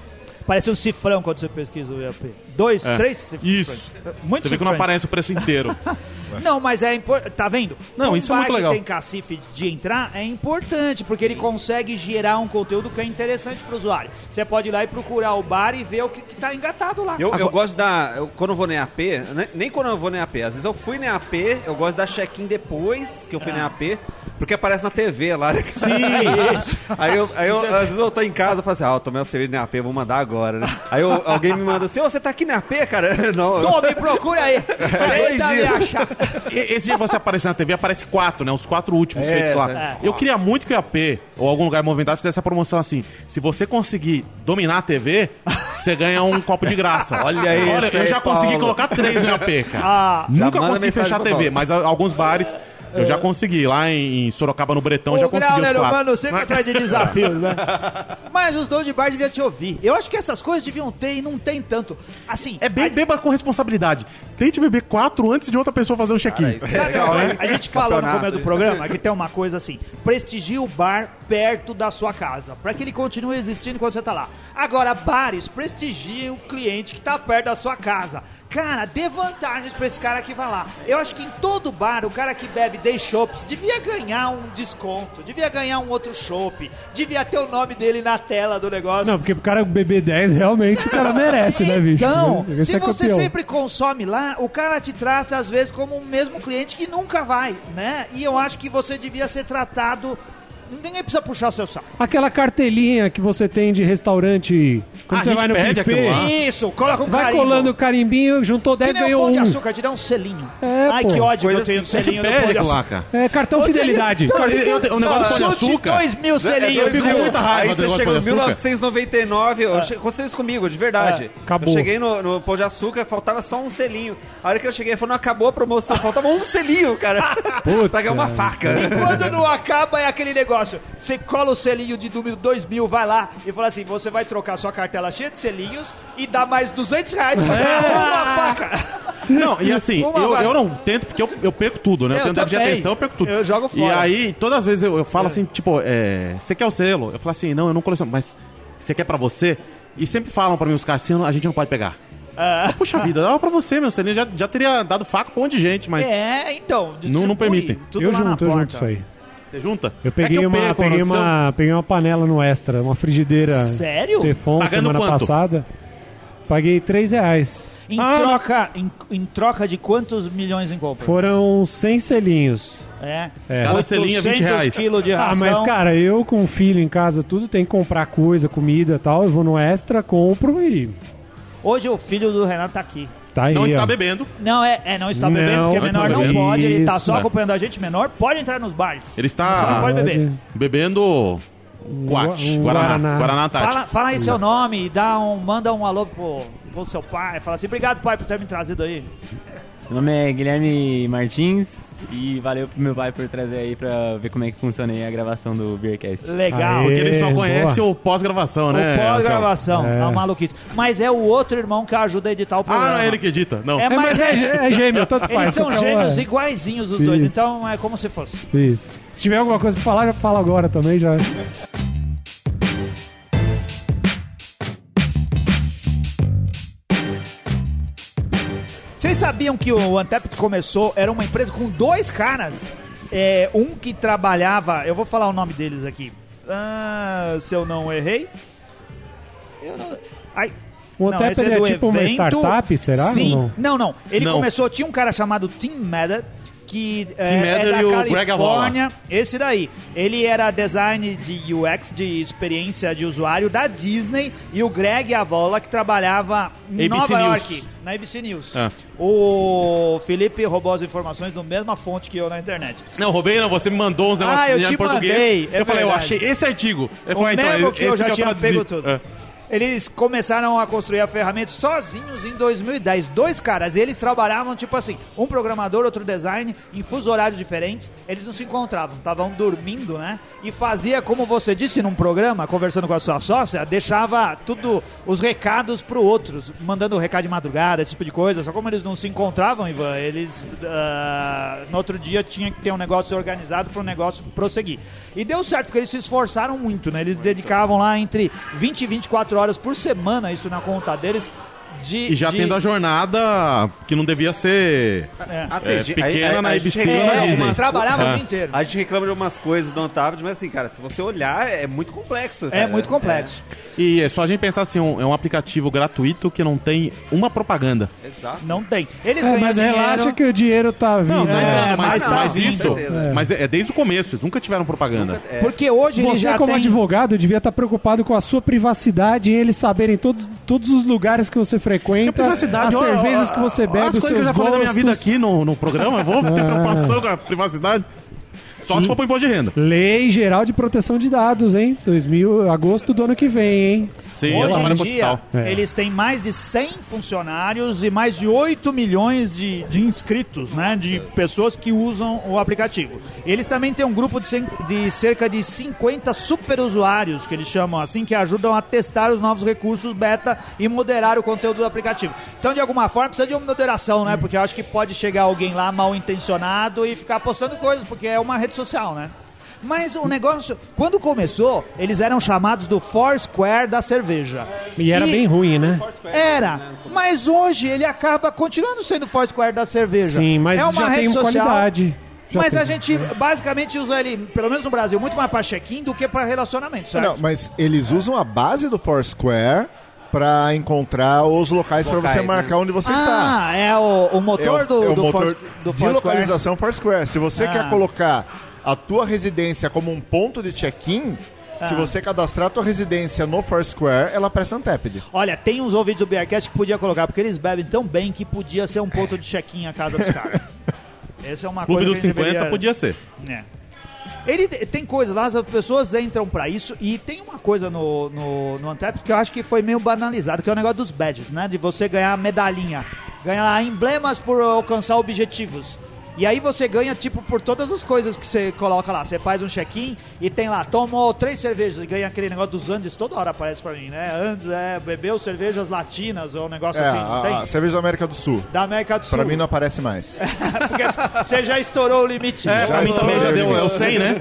Speaker 1: Parece um cifrão quando você pesquisa o IAP. Dois,
Speaker 4: É.
Speaker 1: três cifrões.
Speaker 4: Isso.
Speaker 1: Muito
Speaker 4: Você vê que não
Speaker 1: cifrões.
Speaker 4: aparece o preço inteiro.
Speaker 1: Não, mas é importante. Tá vendo?
Speaker 4: Não,
Speaker 1: Um
Speaker 4: isso é
Speaker 1: bar
Speaker 4: muito
Speaker 1: que
Speaker 4: legal.
Speaker 1: tem cacife de entrar é importante, porque ele consegue gerar um conteúdo que é interessante pro usuário. Você pode ir lá e procurar o bar e ver o que, que tá engatado lá.
Speaker 6: Eu, eu gosto da. eu- quando eu vou na EAP, né, nem quando eu vou na EAP, às vezes eu fui na EAP, eu gosto da check-in depois que eu fui na EAP, porque aparece na TV lá. né?
Speaker 1: Sim,
Speaker 6: Aí, eu, aí eu- às vezes eu tô em casa e falo assim, ah, eu tomei uma cerveja na AP, eu vou mandar agora, né? Aí eu- alguém me manda assim, ô, você tá aqui na AP, cara? Não, eu-
Speaker 1: Tome, procura
Speaker 4: É
Speaker 1: aí. Tenta tá me
Speaker 6: dias.
Speaker 1: achar.
Speaker 4: E- Esse dia você aparece na TV, aparece quatro, né? Os quatro últimos
Speaker 6: É,
Speaker 4: feitos lá.
Speaker 6: é.
Speaker 4: Eu queria muito que o AP ou algum lugar movimentado fizesse a promoção assim. Se você conseguir dominar a TV, você ganha um copo de graça.
Speaker 6: Olha aí,
Speaker 4: Olha,
Speaker 6: esse
Speaker 4: eu
Speaker 6: aí,
Speaker 4: já consegui
Speaker 6: Paulo.
Speaker 4: colocar três no AP, cara.
Speaker 1: Ah,
Speaker 4: Nunca
Speaker 6: Já manda
Speaker 4: consegui
Speaker 6: mensagem
Speaker 4: fechar a
Speaker 6: pro
Speaker 4: TV,
Speaker 6: Paulo.
Speaker 4: mas a- alguns bares eu já consegui. Lá em, em Sorocaba, no Bretão, eu já
Speaker 1: o grau
Speaker 4: consegui os
Speaker 1: né,
Speaker 4: quatro.
Speaker 1: humano sempre traz de desafios, né? Mas os donos de bar deviam te ouvir. Eu acho que essas coisas deviam ter e não tem tanto. Assim,
Speaker 4: É bem beba com responsabilidade. Tente beber quatro antes de outra pessoa fazer um check-in.
Speaker 6: isso é
Speaker 1: Sabe
Speaker 6: legal,
Speaker 1: uma coisa?
Speaker 6: né?
Speaker 1: A gente falou no
Speaker 6: Campeonato.
Speaker 1: começo do programa que tem uma coisa assim: prestigia o bar perto da sua casa, pra que ele continue existindo quando você tá lá. Agora, bares prestigiem o cliente que tá perto da sua casa. Cara, dê vantagens pra esse cara que vai lá. Eu acho que em todo bar, o cara que bebe 10 shops devia ganhar um desconto, devia ganhar um outro chopp, devia ter o nome dele na tela do negócio.
Speaker 2: Não, porque pro cara beber 10, realmente o cara merece, né, bicho?
Speaker 1: Então,
Speaker 2: Esse
Speaker 1: se
Speaker 2: é
Speaker 1: você
Speaker 2: campeão.
Speaker 1: sempre consome lá, o cara te trata às vezes como o mesmo cliente que nunca vai, né? E eu acho que você devia ser tratado. Ninguém precisa puxar o seu saco.
Speaker 2: Aquela cartelinha que você tem de restaurante quando
Speaker 4: Ah,
Speaker 2: você
Speaker 4: a gente
Speaker 2: vai no
Speaker 4: pede aquilo lá.
Speaker 2: buffet,
Speaker 1: Isso, coloca um
Speaker 2: vai
Speaker 1: carimbo.
Speaker 2: colando o carimbinho, juntou
Speaker 1: que
Speaker 2: 10,
Speaker 1: nem o
Speaker 2: ganhou
Speaker 1: pão de
Speaker 2: 1.
Speaker 1: açúcar, te dá um selinho.
Speaker 2: É,
Speaker 1: Ai,
Speaker 2: pô.
Speaker 1: que ódio que
Speaker 6: Coisa
Speaker 1: eu tenho
Speaker 6: assim,
Speaker 1: do
Speaker 4: A gente
Speaker 1: selinho do pão
Speaker 4: pede
Speaker 1: de
Speaker 4: lá,
Speaker 1: açúcar. Então,
Speaker 4: cara.
Speaker 2: É cartão
Speaker 1: Ô,
Speaker 2: fidelidade.
Speaker 1: Selinho,
Speaker 4: Cara, eu- eu- eu- o negócio do Pão de
Speaker 1: chute
Speaker 4: Açúcar-
Speaker 1: tipo
Speaker 4: Né, é
Speaker 1: dois mil selinhos.
Speaker 4: dois
Speaker 1: viu?
Speaker 4: mil. muita raiva
Speaker 6: é Aí
Speaker 4: do
Speaker 6: você
Speaker 4: negócio
Speaker 6: chega
Speaker 4: Pão
Speaker 6: em
Speaker 4: de Açúcar.
Speaker 6: 1999, eu che- aconteceu isso comigo, de verdade.
Speaker 2: Ah, acabou.
Speaker 6: Eu cheguei no, no Pão de Açúcar, faltava só um selinho. A hora que eu cheguei, falou, não acabou a promoção, faltava um selinho, cara.
Speaker 2: Puta.
Speaker 6: pra ganhar uma faca.
Speaker 1: Quando não acaba, é aquele negócio. Você cola o selinho de número 2000, vai lá e fala assim: você vai trocar sua cartela cheia de selinhos e dá mais 200 reais pra ganhar uma faca.
Speaker 4: Não, e assim,
Speaker 1: Uma
Speaker 4: eu,
Speaker 1: vaga.
Speaker 4: eu não tento, porque eu, eu perco tudo, né? Eu,
Speaker 1: Eu
Speaker 4: tenho déficit de
Speaker 1: também.
Speaker 4: atenção, eu perco tudo.
Speaker 1: Eu jogo fora.
Speaker 4: E aí, todas as vezes eu, eu falo assim, tipo, é, você quer o selo? Eu falo assim, não, eu não coleciono, mas você quer pra você? E sempre falam pra mim, os caras, assim, eu não- a gente não pode pegar.
Speaker 1: É.
Speaker 4: Puxa vida, dava pra você, meu selinho. Já, já teria dado faca pra um monte de gente, mas
Speaker 1: É, então.
Speaker 4: Não- não
Speaker 1: distribui
Speaker 4: permitem.
Speaker 1: tudo
Speaker 2: eu
Speaker 1: lá na
Speaker 2: junto, eu junto
Speaker 1: porta.
Speaker 2: isso aí.
Speaker 4: você junta.
Speaker 2: Eu peguei,
Speaker 4: é que eu
Speaker 2: uma,
Speaker 4: perco,
Speaker 2: peguei,
Speaker 4: noção.
Speaker 2: uma, peguei uma panela no Extra, uma frigideira
Speaker 1: Sério?
Speaker 2: Teflon
Speaker 4: Pagando
Speaker 2: semana
Speaker 4: quanto?
Speaker 2: passada. Paguei 3 reais.
Speaker 1: Em,
Speaker 4: Ah,
Speaker 1: troca, em, em troca de quantos milhões em compra?
Speaker 2: Foram 100 selinhos.
Speaker 1: É.
Speaker 2: É.
Speaker 4: Cada selinho é 20 reais.
Speaker 1: quilos de
Speaker 2: Ah,
Speaker 1: ração.
Speaker 2: mas cara, eu com um filho em casa, tudo tem que comprar coisa, comida e tal. Eu vou no Extra, compro e
Speaker 1: Hoje o filho do Renato tá aqui.
Speaker 2: tá aí.
Speaker 4: Não
Speaker 2: ó.
Speaker 4: está bebendo.
Speaker 1: Não, é, é, não está bebendo,
Speaker 2: Não,
Speaker 1: porque
Speaker 4: não está
Speaker 1: menor não
Speaker 4: bebendo.
Speaker 1: pode. Ele tá
Speaker 2: Isso,
Speaker 1: só
Speaker 4: né?
Speaker 1: acompanhando a gente. Menor pode entrar nos bares.
Speaker 4: Ele
Speaker 1: Só não
Speaker 4: está
Speaker 1: pode beber.
Speaker 4: bebendo quatch,
Speaker 2: um
Speaker 4: Guaraná,
Speaker 2: Guaraná.
Speaker 4: Guaraná Tati.
Speaker 1: Fala, fala aí seu nome e dá um, manda um alô pro, pro seu pai. Fala assim, obrigado pai por ter me trazido aí.
Speaker 7: Meu nome é Guilherme Martins e valeu pro meu pai por trazer aí pra ver como é que funciona aí a gravação do Beercast.
Speaker 1: Legal.
Speaker 2: Aê.
Speaker 4: Porque ele só
Speaker 2: É,
Speaker 4: conhece
Speaker 2: boa.
Speaker 4: o pós-gravação, né?
Speaker 1: O
Speaker 4: Anselmo?
Speaker 1: pós-gravação, é.
Speaker 2: É.
Speaker 1: uma maluquice. Mas é o outro irmão que ajuda a editar o programa.
Speaker 4: Ah, não é ele que edita. Não.
Speaker 1: É,
Speaker 2: É, mas
Speaker 1: mas
Speaker 2: é, gê- é gêmeo, tanto faz.
Speaker 1: Eles são
Speaker 2: Então,
Speaker 1: gêmeos
Speaker 2: é.
Speaker 1: iguaizinhos os dois,
Speaker 2: Isso.
Speaker 1: então é como se fosse.
Speaker 2: Isso. Se tiver alguma coisa pra falar, já fala agora também, já.
Speaker 1: Vocês sabiam que o Antep começou, era uma empresa com dois caras. É, um que trabalhava, eu vou falar o nome deles aqui. Ah, se eu não errei. Eu não. Ai.
Speaker 2: O Antep,
Speaker 1: esse
Speaker 2: ele é
Speaker 1: do
Speaker 2: tipo uma startup, será,
Speaker 1: Sim.
Speaker 2: ou não?
Speaker 1: não, não. Ele
Speaker 4: Não.
Speaker 1: começou, tinha um cara chamado Tim Mader, que é,
Speaker 4: Tim Mather
Speaker 1: é da
Speaker 4: e o Greg
Speaker 1: Califórnia. Esse daí. Ele era design de UX, de experiência de usuário da Disney, e o Greg Avola, que trabalhava em
Speaker 4: ABC
Speaker 1: Nova
Speaker 4: News.
Speaker 1: York, na ABC News.
Speaker 4: Ah.
Speaker 1: O Felipe roubou as informações da mesma fonte que eu na internet.
Speaker 4: Não, roubei não, você me mandou uns negócios
Speaker 1: Ah, eu
Speaker 4: em
Speaker 1: te
Speaker 4: português.
Speaker 1: mandei, é
Speaker 4: eu falei, eu
Speaker 1: verdade.
Speaker 4: achei esse artigo. Ele
Speaker 1: O
Speaker 4: falou, ah, então,
Speaker 1: mesmo que eu
Speaker 4: esse
Speaker 1: já tinha
Speaker 4: traduzi.
Speaker 1: pego tudo.
Speaker 4: É.
Speaker 1: Eles começaram a construir a ferramenta sozinhos em 2010. Dois caras, eles trabalhavam tipo assim, um programador, outro design, em fuso horários diferentes. Eles não se encontravam, estavam dormindo, né? E fazia, como você disse num programa, conversando com a sua sócia, deixava tudo, os recados pro outro, mandando o recado de madrugada, esse tipo de coisa. Só como eles não se encontravam, Ivan, eles ah, no outro dia tinha que ter um negócio organizado para o negócio prosseguir. E deu certo, porque eles se esforçaram muito, né? Eles dedicavam lá entre 20 e 24 horas por semana, isso na conta deles. De,
Speaker 4: E já
Speaker 1: de...
Speaker 4: tendo a jornada que não devia ser
Speaker 1: É.
Speaker 6: Assim,
Speaker 4: é,
Speaker 6: a gente- a-
Speaker 4: pequena
Speaker 6: a-
Speaker 4: na
Speaker 6: a gente
Speaker 1: É,
Speaker 4: ABC e na
Speaker 6: reclama de
Speaker 4: Disney.
Speaker 1: eles trabalhavam o
Speaker 4: É.
Speaker 1: dia inteiro.
Speaker 6: A gente reclama de algumas coisas do Untapped, mas assim, cara, se você olhar, é muito complexo.
Speaker 1: É
Speaker 6: cara.
Speaker 1: muito complexo.
Speaker 4: E é só a gente pensar assim, um- é um aplicativo gratuito que não tem uma propaganda.
Speaker 6: É, Exato.
Speaker 1: Não tem. Eles
Speaker 2: É,
Speaker 1: ganham
Speaker 2: mas
Speaker 1: dinheiro.
Speaker 2: relaxa que o dinheiro tá vindo.
Speaker 4: Não, tá
Speaker 1: É,
Speaker 4: entrando, mas,
Speaker 1: mas tá,
Speaker 4: mas
Speaker 6: com
Speaker 4: isso.
Speaker 6: certeza.
Speaker 4: Mas é, é desde o começo, eles nunca tiveram propaganda.
Speaker 1: Porque hoje eles
Speaker 2: Você,
Speaker 1: já
Speaker 2: como
Speaker 1: têm...
Speaker 2: advogado, devia estar preocupado com a sua privacidade e eles saberem todos, todos os lugares que você
Speaker 4: Minha
Speaker 2: frequenta, as
Speaker 4: ó,
Speaker 2: cervejas
Speaker 4: ó,
Speaker 2: que você
Speaker 4: ó,
Speaker 2: bebe,
Speaker 4: as
Speaker 2: os
Speaker 4: coisas que eu
Speaker 2: seus
Speaker 4: já falei da minha vida
Speaker 2: gostos.
Speaker 4: aqui no, no programa, eu vou
Speaker 1: Ah.
Speaker 4: ter preocupação com a privacidade. Só se for pro imposto de renda.
Speaker 2: Lei Geral de Proteção de Dados, hein? 2000, agosto do ano que vem, hein?
Speaker 4: Sim, eu
Speaker 1: Hoje em
Speaker 4: trabalho no
Speaker 1: dia,
Speaker 4: hospital.
Speaker 2: É.
Speaker 1: eles têm mais de 100 funcionários e mais de 8 milhões de, de inscritos, né? De pessoas que usam o aplicativo. Eles também têm um grupo de, cen- de cerca de 50 superusuários, que eles chamam assim, que ajudam a testar os novos recursos beta e moderar o conteúdo do aplicativo. Então, de alguma forma, precisa de uma moderação, né? Porque eu acho que pode chegar alguém lá mal intencionado e ficar postando coisas, porque é uma rede social, né? Mas o negócio, quando começou, eles eram chamados do Foursquare da cerveja.
Speaker 2: E era bem ruim, né?
Speaker 1: Era, mas hoje ele acaba continuando sendo Foursquare da cerveja.
Speaker 2: Sim, mas
Speaker 1: é uma
Speaker 2: já
Speaker 1: rede
Speaker 2: tem
Speaker 1: social,
Speaker 2: qualidade. Já
Speaker 1: Mas
Speaker 2: tem.
Speaker 1: a gente basicamente usa ele, pelo menos no Brasil, muito mais pra check-in do que pra relacionamento, certo?
Speaker 3: Não, mas eles usam a base do Foursquare pra encontrar os locais, pra
Speaker 6: Locais,
Speaker 3: você
Speaker 6: né?
Speaker 3: marcar onde você está.
Speaker 1: ah, é o, o
Speaker 3: É o-
Speaker 1: motor do,
Speaker 3: é o
Speaker 1: do,
Speaker 3: motor
Speaker 1: Foursqu- do
Speaker 3: de
Speaker 1: Foursquare.
Speaker 3: localização Foursquare. Se você
Speaker 1: Ah.
Speaker 3: quer colocar a tua residência como um ponto de check-in,
Speaker 1: Ah.
Speaker 3: se você cadastrar a tua residência no Foursquare, ela aparece Untapped.
Speaker 1: Olha, tem uns ouvintes do Beercast que podia colocar, porque eles bebem tão bem que podia ser um ponto de check-in a casa dos caras. Essa é uma
Speaker 4: Clube
Speaker 1: coisa
Speaker 4: dos
Speaker 1: que a gente
Speaker 4: 50
Speaker 1: deveria-
Speaker 4: podia ser.
Speaker 1: É. Ele te- tem coisas lá, as pessoas entram pra isso e tem uma coisa no, no, no Antep que eu acho que foi meio banalizado, que é o negócio dos badges, né? De você ganhar medalhinha, ganhar emblemas por alcançar objetivos. E aí você ganha, tipo, por todas as coisas que você coloca lá. Você faz um check-in e tem lá, tomou três cervejas e ganha aquele negócio dos Andes, toda hora aparece pra mim, né? Andes, é, bebeu cervejas latinas ou um negócio
Speaker 3: É,
Speaker 1: assim, não tem?
Speaker 3: a, a cerveja da América do Sul.
Speaker 1: Da América do Sul.
Speaker 3: Pra mim não aparece mais.
Speaker 1: Porque você já estourou o limite.
Speaker 4: É, pra mim
Speaker 3: estou-
Speaker 4: também já deu, é o 100, né?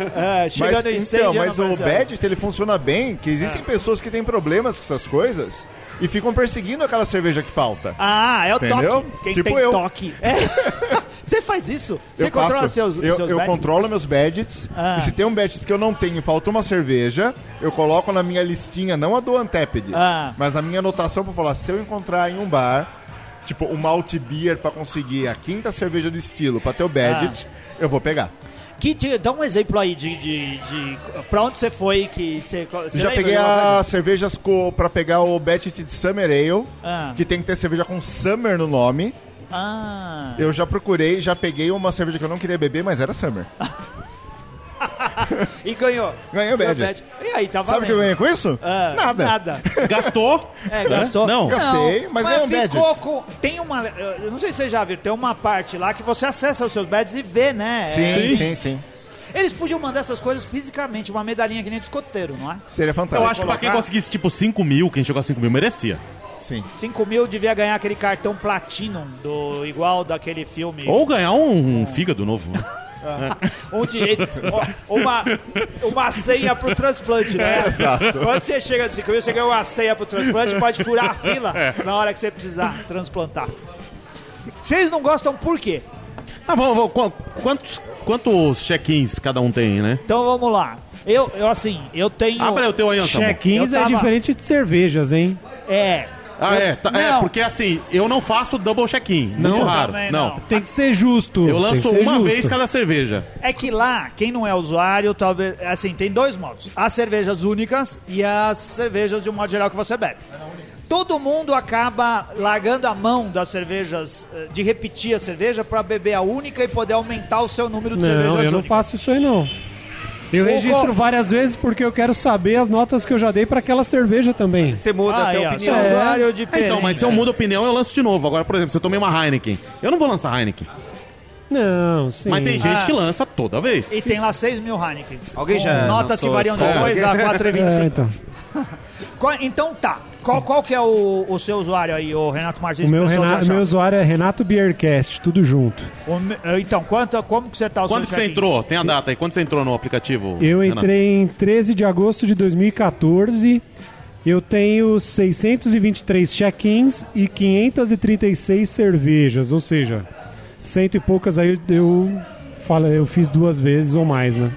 Speaker 1: É, chegando em 100
Speaker 3: então,
Speaker 1: já não Ah.
Speaker 3: mas o
Speaker 1: apareceu.
Speaker 3: Badget, ele funciona bem, que existem pessoas que têm problemas com essas coisas e ficam perseguindo aquela cerveja que falta.
Speaker 1: Ah, é o
Speaker 3: Entendeu?
Speaker 1: toque. Quem
Speaker 3: Tipo
Speaker 1: tem
Speaker 3: eu.
Speaker 1: toque. É. Você faz isso? Você
Speaker 3: Eu
Speaker 1: controla
Speaker 3: faço.
Speaker 1: seus,
Speaker 3: eu,
Speaker 1: seus
Speaker 3: eu
Speaker 1: badges?
Speaker 3: controlo meus badges.
Speaker 1: Ah.
Speaker 3: E se tem um badge que eu não tenho e falta uma cerveja, eu coloco na minha listinha, não a do Untapped,
Speaker 1: Ah.
Speaker 3: mas na minha anotação pra falar, se eu encontrar em um bar, tipo, uma alt beer pra conseguir a quinta cerveja do estilo pra ter o badget,
Speaker 1: Ah.
Speaker 3: eu vou pegar.
Speaker 1: Que te- dá um exemplo aí de, de, de- pra onde você foi que você. você
Speaker 3: Já
Speaker 1: lembra
Speaker 3: peguei
Speaker 1: de alguma coisa?
Speaker 3: as cervejas co, pra pegar o badget de Summer Ale,
Speaker 1: Ah.
Speaker 3: que tem que ter cerveja com Summer no nome.
Speaker 1: Ah.
Speaker 3: Eu já procurei, já peguei uma cerveja que eu não queria beber, mas era Summer.
Speaker 1: Tá E ganhou.
Speaker 3: Ganhei o
Speaker 1: Ganhou
Speaker 3: badge.
Speaker 1: badge. E aí, tá valendo.
Speaker 3: Sabe o que eu ganhei com isso?
Speaker 1: Ah, Nada.
Speaker 4: Gastou? Né?
Speaker 1: É, gastou.
Speaker 4: Não.
Speaker 3: Gastei, mas ganhei um
Speaker 1: ficou
Speaker 3: badge.
Speaker 1: com... Tem uma... Eu não sei se vocês já viram, tem uma parte lá que você acessa os seus badges e vê, né? É,
Speaker 3: Sim,
Speaker 4: Sim.
Speaker 3: sim, sim.
Speaker 1: Eles podiam mandar essas coisas fisicamente, uma medalhinha que nem de escoteiro, não é?
Speaker 3: Seria fantástico.
Speaker 4: Eu acho que pra quem conseguisse tipo 5 mil, quem chegou a 5 mil, merecia.
Speaker 3: Sim.
Speaker 1: 5 mil devia ganhar aquele cartão Platinum, do, igual daquele filme.
Speaker 4: Ou ganhar um, um fígado novo.
Speaker 1: Um direito, ó, uma, uma senha pro transplante,
Speaker 4: É,
Speaker 1: né?
Speaker 3: exato.
Speaker 1: Quando você chega no 5 mil, você ganha uma senha pro transplante, pode furar a fila
Speaker 4: É.
Speaker 1: na hora que você precisar transplantar. Vocês não gostam por quê?
Speaker 4: Ah, vamos, vamos, qu- quantos, quantos check-ins cada um tem, né?
Speaker 1: Então vamos lá. Eu, eu assim, eu tenho.
Speaker 4: Abra o teu aí, Anselmo.
Speaker 2: Check-ins
Speaker 1: Eu
Speaker 2: é
Speaker 1: tava-
Speaker 2: diferente de cervejas, hein?
Speaker 1: É.
Speaker 4: Ah,
Speaker 1: Eu-
Speaker 4: é, tá- é,
Speaker 1: não,
Speaker 4: porque assim, eu não faço double check-in. Não,
Speaker 2: eu
Speaker 4: raro.
Speaker 1: também
Speaker 4: Não.
Speaker 1: não.
Speaker 2: Tem que ser justo.
Speaker 4: Eu
Speaker 2: tem
Speaker 4: lanço
Speaker 2: que ser
Speaker 4: uma
Speaker 2: justo.
Speaker 4: vez cada cerveja.
Speaker 1: É que lá, quem não é usuário, talvez. Assim, tem dois modos: as cervejas únicas e as cervejas de um modo geral que você bebe. Todo mundo acaba largando a mão das cervejas, eh, de repetir a cerveja pra beber a única e poder aumentar o seu número de
Speaker 2: Não,
Speaker 1: cervejas
Speaker 2: eu não
Speaker 1: únicas.
Speaker 2: faço isso aí, não. Eu
Speaker 1: Ou
Speaker 2: registro
Speaker 1: qual-
Speaker 2: várias vezes porque eu quero saber as notas que eu já dei pra aquela cerveja também.
Speaker 6: Você muda
Speaker 1: Ah,
Speaker 6: até
Speaker 1: aí,
Speaker 6: a
Speaker 1: ó,
Speaker 6: opinião.
Speaker 1: seu usuário
Speaker 4: É,
Speaker 1: diferente.
Speaker 4: então, mas se eu mudo a opinião, eu lanço de novo. Agora, por exemplo, se eu tomei uma Heineken, eu não vou lançar Heineken.
Speaker 2: Não, sim.
Speaker 4: Mas tem gente
Speaker 1: Ah.
Speaker 4: que lança toda vez.
Speaker 1: E tem lá 6 mil Heinekens.
Speaker 6: Alguém já
Speaker 1: Notas que
Speaker 6: lançou
Speaker 1: variam de
Speaker 6: Skol?
Speaker 1: 2 a
Speaker 2: É,
Speaker 1: 4,25.
Speaker 2: então.
Speaker 1: Qual- Então tá. Qual, qual que é o, o seu usuário aí, o Renato Martins?
Speaker 2: O meu,
Speaker 1: pro pessoal te
Speaker 2: Renato,
Speaker 1: achar?
Speaker 2: meu usuário é Renato Beercast, tudo junto.
Speaker 1: O me- eh, Então, quanto, como que você tá? o
Speaker 4: Quando
Speaker 1: seu
Speaker 4: que você
Speaker 1: Jardim?
Speaker 4: entrou? Tem a data aí. Quando você entrou no aplicativo?
Speaker 2: Eu
Speaker 4: Renan?
Speaker 2: entrei em 13 de agosto de 2014. Eu tenho 623 check-ins e 536 cervejas, ou seja, cento e poucas aí eu, eu, fala, eu fiz duas vezes ou mais, né?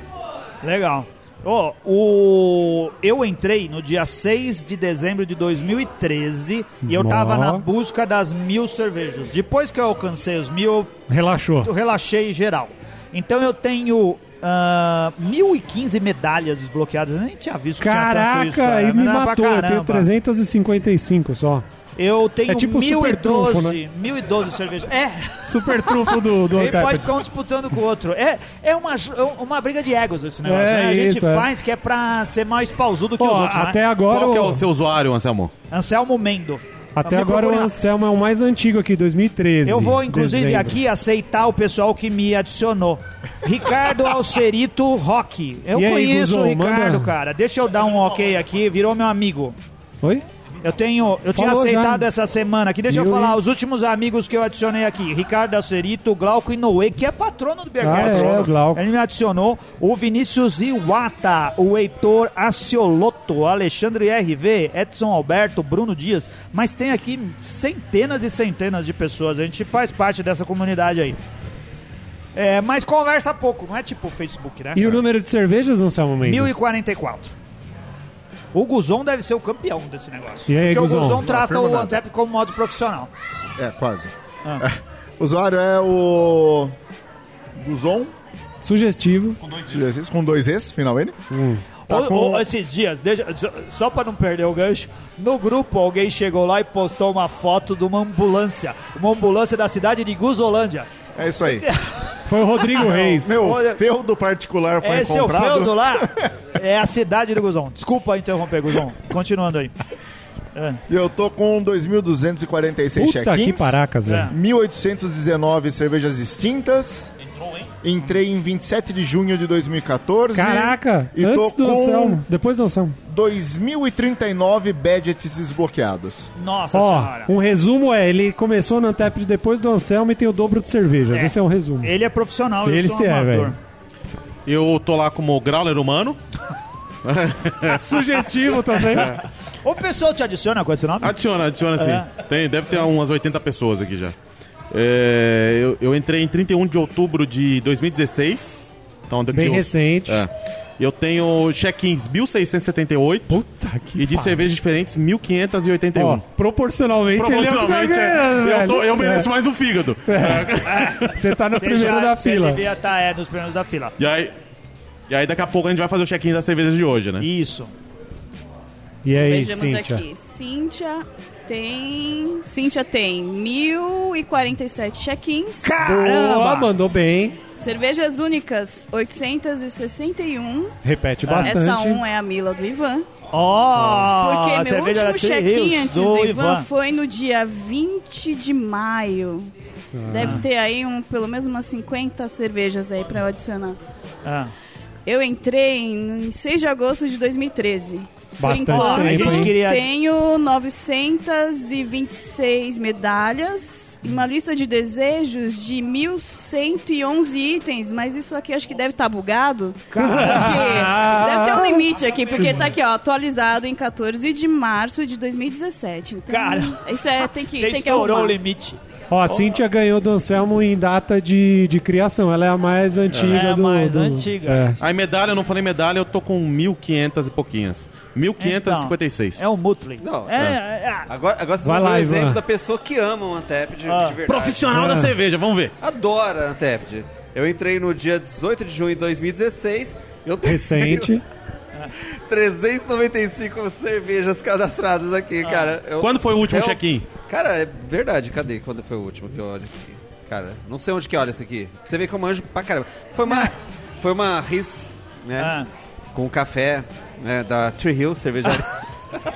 Speaker 1: Legal. Ó, o... Eu entrei no dia 6 de dezembro de 2013 e eu tava
Speaker 2: Ó.
Speaker 1: na busca das mil cervejas. Depois que eu alcancei os mil,
Speaker 2: Relaxou.
Speaker 1: eu relaxei geral. Então eu tenho ah, 1.015 medalhas desbloqueadas. Eu nem tinha visto que tinha
Speaker 2: Caraca,
Speaker 1: tanto isso, cara.
Speaker 2: aí me
Speaker 1: Mas era pra
Speaker 2: matou. Eu tenho
Speaker 1: caramba.
Speaker 2: 355 só.
Speaker 1: Eu tenho
Speaker 2: É tipo super
Speaker 1: 1012,
Speaker 2: trunfo, né?
Speaker 1: 1012 cervejas. É,
Speaker 2: Super trunfo do, do
Speaker 1: ele pode
Speaker 2: Untapped.
Speaker 1: ficar um disputando com o outro. É, é uma, ju- é uma briga de egos esse negócio.
Speaker 2: É
Speaker 1: né? A gente
Speaker 2: isso, é.
Speaker 1: faz que é pra ser mais pausudo que
Speaker 2: Ó,
Speaker 1: os outros. né?
Speaker 2: até agora,
Speaker 4: Qual que é
Speaker 2: o-
Speaker 4: o seu usuário, Anselmo?
Speaker 1: Anselmo Mendo.
Speaker 2: até
Speaker 1: Me
Speaker 2: agora o
Speaker 1: procurem lá.
Speaker 2: Anselmo é o mais antigo aqui, 2013.
Speaker 1: Eu vou, inclusive,
Speaker 2: dezembro.
Speaker 1: aqui aceitar o pessoal que me adicionou. Ricardo Alcerito Rock. Eu
Speaker 2: E aí,
Speaker 1: conheço o
Speaker 2: Guzom,
Speaker 1: Ricardo,
Speaker 2: manda.
Speaker 1: cara. Deixa eu dar um ok aqui, virou meu amigo.
Speaker 2: Oi?
Speaker 1: Eu tenho, eu tinha
Speaker 2: Falou já.
Speaker 1: aceitado essa semana aqui. Deixa eu,
Speaker 2: Eu,
Speaker 1: falar
Speaker 2: hein?
Speaker 1: os últimos amigos que eu adicionei aqui. Ricardo Acerito, Glauco Inoue, que é patrono do Bergamo.
Speaker 2: Ah, é, o Glauco.
Speaker 1: Ele me adicionou. O Vinícius Iwata, o Heitor Aciolotto, Alexandre RV, Edson Alberto, Bruno Dias. Mas tem aqui centenas e centenas de pessoas. A gente faz parte dessa comunidade aí. É, mas conversa pouco, não é tipo Facebook, né?
Speaker 2: E o número de cervejas, Anselmo Mendes?
Speaker 1: 1044. O Guzon deve ser o campeão desse negócio.
Speaker 2: E aí,
Speaker 1: porque
Speaker 2: Guzon?
Speaker 1: o Guzon
Speaker 2: Não
Speaker 1: trata
Speaker 3: afirma
Speaker 1: o
Speaker 3: nada.
Speaker 1: Antep como modo profissional.
Speaker 3: É, quase.
Speaker 1: Ah.
Speaker 3: O usuário é o. Guzon, assim,
Speaker 2: Sugestivo.
Speaker 3: com dois Es, final N. Tá
Speaker 1: Ou-
Speaker 3: com-
Speaker 1: ou esses dias, deixa- só- só pra não perder o gancho, no grupo alguém chegou lá e postou uma foto de uma ambulância. Uma ambulância da cidade de Guzolândia.
Speaker 3: É isso aí.
Speaker 2: Foi o Rodrigo Reis.
Speaker 3: Meu
Speaker 1: Olha-
Speaker 3: feudo particular foi
Speaker 1: Esse é o
Speaker 3: comprado.
Speaker 1: feudo lá, é a cidade do Guzon. Desculpa interromper, Guzon. Continuando aí.
Speaker 3: E eu tô com 2.246
Speaker 2: Puta que
Speaker 3: check-ins.
Speaker 2: paracas,
Speaker 1: É.
Speaker 2: velho.
Speaker 3: 1.819 cervejas distintas. Entrei em 27 de junho de 2014.
Speaker 2: Caraca,
Speaker 3: É. E
Speaker 2: antes
Speaker 3: tô
Speaker 2: do
Speaker 3: com um-
Speaker 2: Anselmo, depois do Anselmo.
Speaker 3: 2.039 badges desbloqueados.
Speaker 1: Nossa
Speaker 2: Ó,
Speaker 1: senhora.
Speaker 2: um resumo é, ele começou no Antep depois do Anselmo e tem o dobro de cervejas.
Speaker 1: É.
Speaker 2: Esse é um resumo.
Speaker 1: Ele é profissional,
Speaker 2: Ele
Speaker 1: eu sou
Speaker 2: se é,
Speaker 1: amador.
Speaker 2: velho.
Speaker 4: Eu tô lá como Grauler humano.
Speaker 2: Sugestivo também.
Speaker 1: o pessoal te adiciona com esse nome?
Speaker 4: Adiciona, adiciona sim.
Speaker 1: É.
Speaker 4: Tem, deve ter umas 80 pessoas aqui já. É, eu, eu entrei em 31 de outubro de 2016. Então, daqui
Speaker 2: Bem
Speaker 4: uns-
Speaker 2: recente.
Speaker 4: É. Eu tenho check-ins 1678
Speaker 2: Puta que
Speaker 4: e de
Speaker 2: pariu.
Speaker 4: cervejas diferentes 1581.
Speaker 2: Ó, proporcionalmente, ele
Speaker 4: Proporcionalmente,
Speaker 2: é o que tá ganhando,
Speaker 4: um. é. eu,
Speaker 2: velho.
Speaker 4: tô- eu mereço
Speaker 2: É.
Speaker 4: mais um fígado.
Speaker 2: Você tá no
Speaker 1: Você
Speaker 2: primeiro
Speaker 1: já-
Speaker 2: da
Speaker 1: você
Speaker 2: fila.
Speaker 1: devia estar é, nos primeiros da fila.
Speaker 4: E aí, e aí, daqui a pouco a gente vai fazer o check-in das cervejas de hoje, né?
Speaker 1: Isso.
Speaker 2: E aí,
Speaker 5: Vejamos
Speaker 2: Cíntia?
Speaker 5: aqui. Cíntia tem. Cíntia tem 1047 check-ins.
Speaker 2: Boa, mandou bem.
Speaker 5: Cervejas únicas, 861.
Speaker 2: Repete
Speaker 5: Essa
Speaker 2: bastante.
Speaker 5: um é a Mila do Ivan.
Speaker 1: Ó,
Speaker 5: Porque
Speaker 1: Ah, a
Speaker 5: meu
Speaker 1: cerveja
Speaker 5: último
Speaker 1: da Three
Speaker 5: check-in
Speaker 1: Hills
Speaker 5: antes
Speaker 1: do
Speaker 5: do, Ivan, foi no dia 20 de maio. Deve ter aí um, pelo menos umas 50 cervejas aí pra eu adicionar.
Speaker 1: Ah.
Speaker 5: Eu entrei em em 6 de agosto de 2013.
Speaker 2: Bastante
Speaker 5: Por enquanto,
Speaker 2: tempo,
Speaker 1: hein? A gente queria-
Speaker 5: tenho 926 medalhas e uma lista de desejos de 1.111 itens, mas isso aqui acho que deve estar bugado. Porque deve ter um limite aqui, porque tá aqui, ó, atualizado em 14 de março de 2017. Então,
Speaker 1: Cara,
Speaker 5: isso é, tem que,
Speaker 1: Você
Speaker 5: tem que
Speaker 1: estourou
Speaker 5: arrumar.
Speaker 1: o limite.
Speaker 2: Ó, a Cíntia ganhou do Anselmo em data de, de criação. Ela é a mais antiga
Speaker 1: É a
Speaker 2: do.
Speaker 1: mais
Speaker 2: do-
Speaker 1: antiga.
Speaker 2: É.
Speaker 4: Aí medalha, eu não falei medalha, eu tô com 1500 e pouquinhas.
Speaker 2: Então,
Speaker 4: 1556.
Speaker 1: É o Mutley.
Speaker 6: Não,
Speaker 1: é, é, é.
Speaker 6: Agora, agora você
Speaker 2: Vai
Speaker 6: deu um
Speaker 2: lá, Ivan.
Speaker 6: exemplo da pessoa que ama o Antep de, de verdade.
Speaker 4: Ah, Profissional
Speaker 2: É.
Speaker 4: da cerveja, vamos ver.
Speaker 6: Adora Antep. Eu entrei no dia 18 de junho de 2016. Eu tenho
Speaker 2: Recente.
Speaker 6: 395 cervejas cadastradas aqui,
Speaker 4: Ah.
Speaker 6: cara. Eu-
Speaker 4: Quando foi o último
Speaker 6: eu-
Speaker 4: check-in?
Speaker 6: Cara, é verdade. Cadê? Quando foi o último que eu olho aqui? Cara, não sei onde que olha isso aqui. Pra Você vê que eu manjo pra caramba. Foi uma... foi uma RIS né?
Speaker 1: Ah.
Speaker 6: Com o café né, da Tree Hill Cervejaria.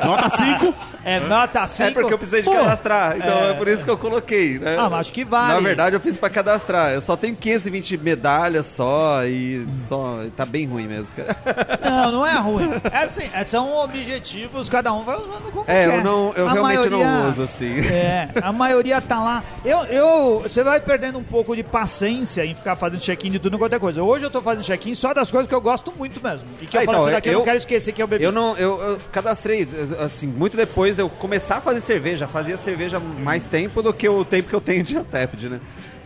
Speaker 4: Nota 5.
Speaker 1: É nota 5.
Speaker 6: É porque eu precisei de cadastrar, então é. por isso que eu coloquei, né?
Speaker 1: Ah, mas acho que vale.
Speaker 6: Na verdade, eu fiz pra cadastrar. Eu só tenho 520 medalhas só e só. Tá bem ruim mesmo, cara.
Speaker 1: Não, não é ruim. É assim, é, são objetivos, cada um vai usando como
Speaker 6: É,
Speaker 1: quer.
Speaker 6: eu, não, eu
Speaker 1: A
Speaker 6: realmente
Speaker 1: maioria-
Speaker 6: não uso assim.
Speaker 1: É, a maioria tá lá. Eu, eu, você vai perdendo um pouco de paciência em ficar fazendo check-in de tudo e qualquer coisa. Hoje eu tô fazendo check-in só das coisas que eu gosto muito mesmo. E que eu
Speaker 6: Ah,
Speaker 1: falo,
Speaker 6: então,
Speaker 1: isso daqui eu, não
Speaker 6: eu-
Speaker 1: quero esquecer que eu bebi.
Speaker 6: Eu não, eu, eu cadastrei, assim, muito depois de eu começar a fazer cerveja, fazia cerveja mais tempo do que o tempo que eu tenho de Antepid, né?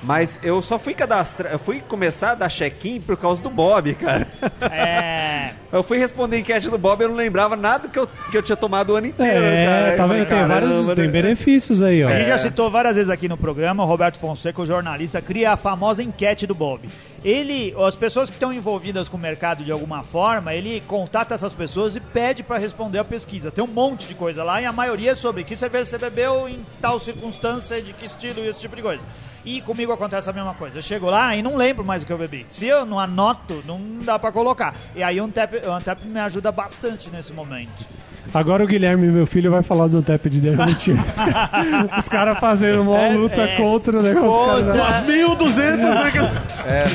Speaker 6: Mas eu só fui cadastrar, eu fui começar a dar check-in por causa do Bob, cara.
Speaker 1: É,
Speaker 6: Eu fui responder a enquete do Bob, eu não lembrava nada que eu, que eu tinha tomado o ano inteiro, cara.
Speaker 2: É,
Speaker 6: Eu
Speaker 2: tá
Speaker 6: falei,
Speaker 2: vendo? Tem
Speaker 6: "Caramba,
Speaker 2: vários.
Speaker 6: né?"
Speaker 2: Tem benefícios aí, ó.
Speaker 1: a gente já citou várias vezes aqui no programa, o Roberto Fonseca, o jornalista, cria a famosa enquete do Bob. Ele, as pessoas que estão envolvidas com o mercado de alguma forma, ele contata essas pessoas e pede pra responder a pesquisa. Tem um monte de coisa lá e a maioria é sobre que cerveja você bebeu em tal circunstância, de que estilo e esse tipo de coisa. E comigo acontece a mesma coisa. Eu chego lá e não lembro mais o que eu bebi. Se eu não anoto, não dá pra colocar. E aí o Antep, o Antep me ajuda bastante nesse momento.
Speaker 2: Agora o Guilherme, meu filho, vai falar do Antep de 10 mentiras. Os caras- Os caras fazendo uma luta
Speaker 1: é.
Speaker 2: contra o negócio. os caras-
Speaker 4: 2.200. né, cara?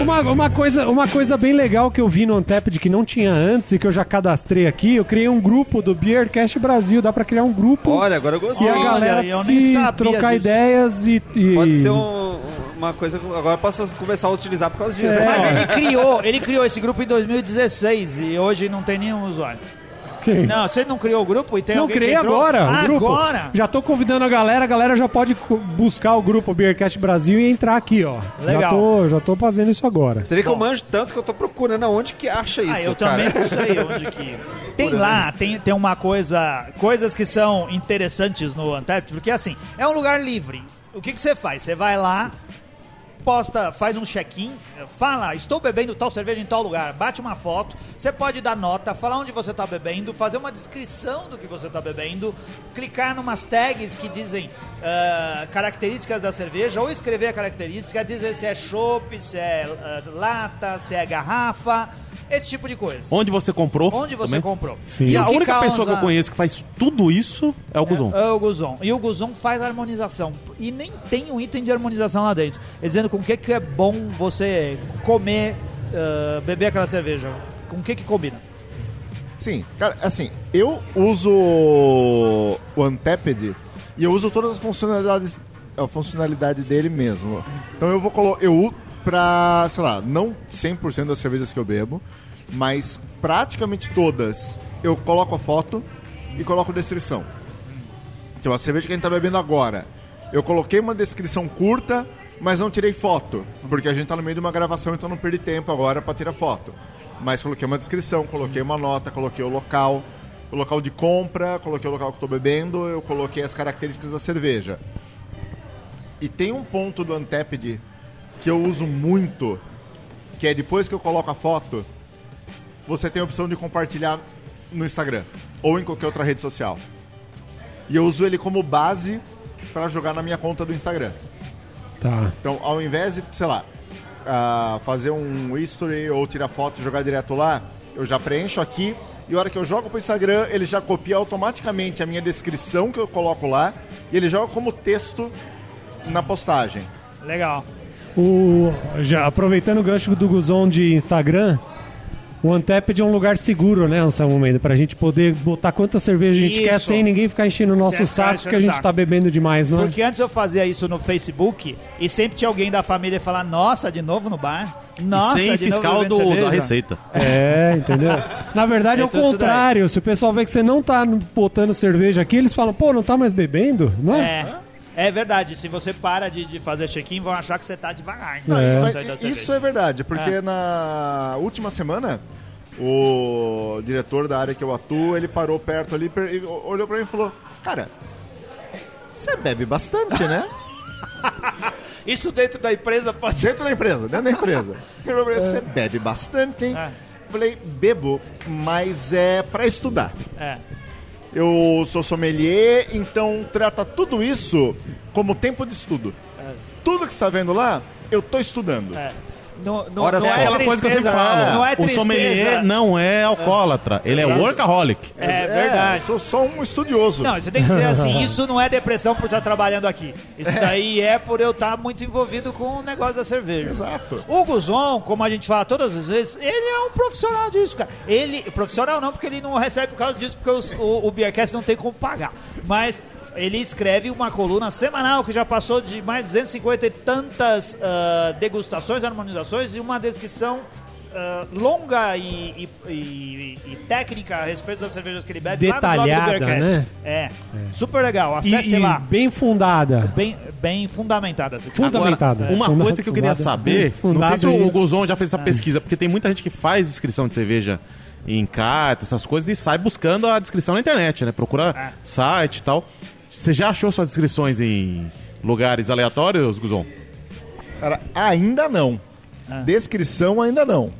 Speaker 2: Uma, uma coisa, uma coisa bem legal que eu vi no Antepid que não tinha antes e que eu já cadastrei aqui, eu criei um grupo do Beercast Brasil. Dá pra criar um grupo
Speaker 6: Olha, agora eu
Speaker 2: e
Speaker 6: gostei.
Speaker 2: a
Speaker 1: olha,
Speaker 2: galera
Speaker 1: eu nem
Speaker 2: se
Speaker 1: sabia
Speaker 2: trocar
Speaker 1: disso.
Speaker 2: ideias e. e-
Speaker 6: Pode ser um- uma coisa que agora eu posso começar a utilizar por causa disso.
Speaker 2: É.
Speaker 1: Mas ele criou, ele criou esse grupo em 2016 e hoje não tem nenhum usuário.
Speaker 2: Quem?
Speaker 1: Não, você não criou o grupo e tem
Speaker 2: Não,
Speaker 1: alguém que
Speaker 2: criei
Speaker 1: entrou?
Speaker 2: agora o grupo.
Speaker 1: Agora?
Speaker 2: Já tô convidando a galera, a galera já pode co- buscar o grupo Beercast Brasil e entrar aqui, ó. Já
Speaker 1: Legal.
Speaker 2: tô, já tô fazendo isso agora.
Speaker 6: Você vê que eu manjo tanto que eu tô procurando aonde que acha isso,
Speaker 1: ah, eu
Speaker 6: cara.
Speaker 1: também não sei onde que... Tem lá, tem, tem uma coisa, coisas que são interessantes no Antep, porque assim, é um lugar livre. O que, que você faz? Você vai lá, posta, faz um check-in, fala, estou bebendo tal cerveja em tal lugar, bate uma foto, você pode dar nota, falar onde você está bebendo, fazer uma descrição do que você está bebendo, clicar numas tags que dizem ah, características da cerveja, ou escrever a característica, dizer se é chopp, se é ah, lata, se é garrafa, esse tipo de coisa.
Speaker 4: Onde você comprou?
Speaker 1: Onde você
Speaker 4: também.
Speaker 1: comprou.
Speaker 2: Sim.
Speaker 4: E
Speaker 1: o
Speaker 4: a
Speaker 1: que
Speaker 4: única pessoa que eu
Speaker 1: causa-
Speaker 4: conheço que faz tudo isso é o Guzon.
Speaker 1: é o Guzon. E o Guzon faz a harmonização. E nem tem um item de harmonização lá dentro. É dizendo com o que, que é bom você comer, ah, beber aquela cerveja. Com o que, que combina.
Speaker 3: Sim, cara, assim, eu uso o Antepid e eu uso todas as funcionalidades, a funcionalidade dele mesmo. Então eu vou colocar, eu u- pra, sei lá, não 100% das cervejas que eu bebo, mas praticamente todas eu coloco a foto e coloco descrição. Então a cerveja que a gente tá bebendo agora, eu coloquei uma descrição curta, mas não tirei foto, porque a gente tá no meio de uma gravação, então não perdi tempo agora para tirar foto. Mas coloquei uma descrição, coloquei uma nota, coloquei o local, o local de compra, coloquei o local que eu tô bebendo, eu coloquei as características da cerveja. E tem um ponto do Antepid que eu uso muito, que é depois que eu coloco a foto, você tem a opção de compartilhar no Instagram ou em qualquer outra rede social. E eu uso ele como base para jogar na minha conta do Instagram.
Speaker 2: Tá.
Speaker 3: Então, ao invés de, sei lá, ah, fazer um history ou tirar foto e jogar direto lá, eu já preencho aqui e a hora que eu jogo pro Instagram, ele já copia automaticamente a minha descrição que eu coloco lá e ele joga como texto na postagem.
Speaker 1: Legal.
Speaker 2: O, já aproveitando o gancho do Guzon de Instagram, o Antepid é um lugar seguro, né, Anselmo Mendes? Pra gente poder botar quanta cerveja a gente
Speaker 1: Isso.
Speaker 2: quer sem ninguém ficar enchendo o nosso
Speaker 1: Sem ficar
Speaker 2: saco
Speaker 1: enchendo
Speaker 2: que a
Speaker 1: o
Speaker 2: gente
Speaker 1: saco.
Speaker 2: tá bebendo demais, não é?
Speaker 1: Porque antes eu fazia isso no Facebook e sempre tinha alguém da família falar, nossa, de novo no bar? Nossa,
Speaker 4: E sem
Speaker 1: de
Speaker 4: fiscal
Speaker 1: novo bebendo
Speaker 4: do, da
Speaker 1: cerveja?"
Speaker 4: Receita.
Speaker 2: É, entendeu? Na verdade é, o
Speaker 1: É tudo isso
Speaker 2: contrário. Se o pessoal vê que você não tá botando cerveja aqui, eles falam, pô, não tá mais bebendo, não é?
Speaker 1: É. É verdade, se você para de, de fazer check-in, vão achar que você tá devagar.
Speaker 2: Não, É.
Speaker 3: Mas
Speaker 1: Sai da cerveja.
Speaker 3: isso é verdade, porque na última semana o diretor da área que eu atuo, ele parou perto ali per- e olhou pra mim e falou: "Cara, você bebe bastante, né?"
Speaker 1: é- Isso dentro da empresa pode
Speaker 3: Dentro da empresa, dentro da empresa. Ele olhou pra mim, Você bebe bastante, hein?
Speaker 1: É.
Speaker 3: Falei, bebo, mas é pra estudar.
Speaker 1: É.
Speaker 3: eu sou sommelier, então trata tudo isso como tempo de estudo. Tudo que você está vendo lá, eu tô estudando.
Speaker 1: É. Não, não,
Speaker 4: Olha
Speaker 1: não é
Speaker 4: só, aquela coisa que eu
Speaker 1: tristeza,
Speaker 4: sempre falo.
Speaker 1: Não é
Speaker 4: o
Speaker 1: tristeza.
Speaker 4: sommelier não é alcoólatra. Ele é
Speaker 1: Exato.
Speaker 4: workaholic.
Speaker 1: É verdade.
Speaker 3: eu sou só um estudioso.
Speaker 1: Não, você tem que ser assim, isso não é depressão por estar trabalhando aqui. Isso daí é por eu estar muito envolvido com o negócio da cerveja.
Speaker 3: Exato.
Speaker 1: O Guzon, como a gente fala todas as vezes, ele é um profissional disso, cara. Ele, profissional não, porque ele não recebe por causa disso, porque os- o, o Beercast não tem como pagar. Mas ele escreve uma coluna semanal que já passou de mais de 250 e tantas ah, degustações, harmonizações e uma descrição ah, longa e, e- e- e técnica a respeito das cervejas que ele bebe. lá no blog do
Speaker 2: Detalhada,
Speaker 1: Beercast.
Speaker 2: né?
Speaker 1: É, super legal.
Speaker 2: E,
Speaker 1: Acesse
Speaker 2: e
Speaker 1: lá.
Speaker 2: bem fundada.
Speaker 1: Bem, bem fundamentada. essa questão.
Speaker 2: Fundamentada.
Speaker 4: Agora, uma
Speaker 2: Fundado,
Speaker 4: coisa que eu queria
Speaker 2: fundado,
Speaker 4: saber,
Speaker 2: fundado É.
Speaker 4: não sei se
Speaker 2: aí.
Speaker 4: o Guzon já fez essa pesquisa, porque tem muita gente que faz inscrição de cerveja em carta, essas coisas, e sai buscando a descrição na internet, né? Procura
Speaker 1: Ah.
Speaker 4: site e tal. Você já achou suas inscrições em lugares aleatórios, Guzon?
Speaker 3: Cara, ainda não. É. Descrição ainda não.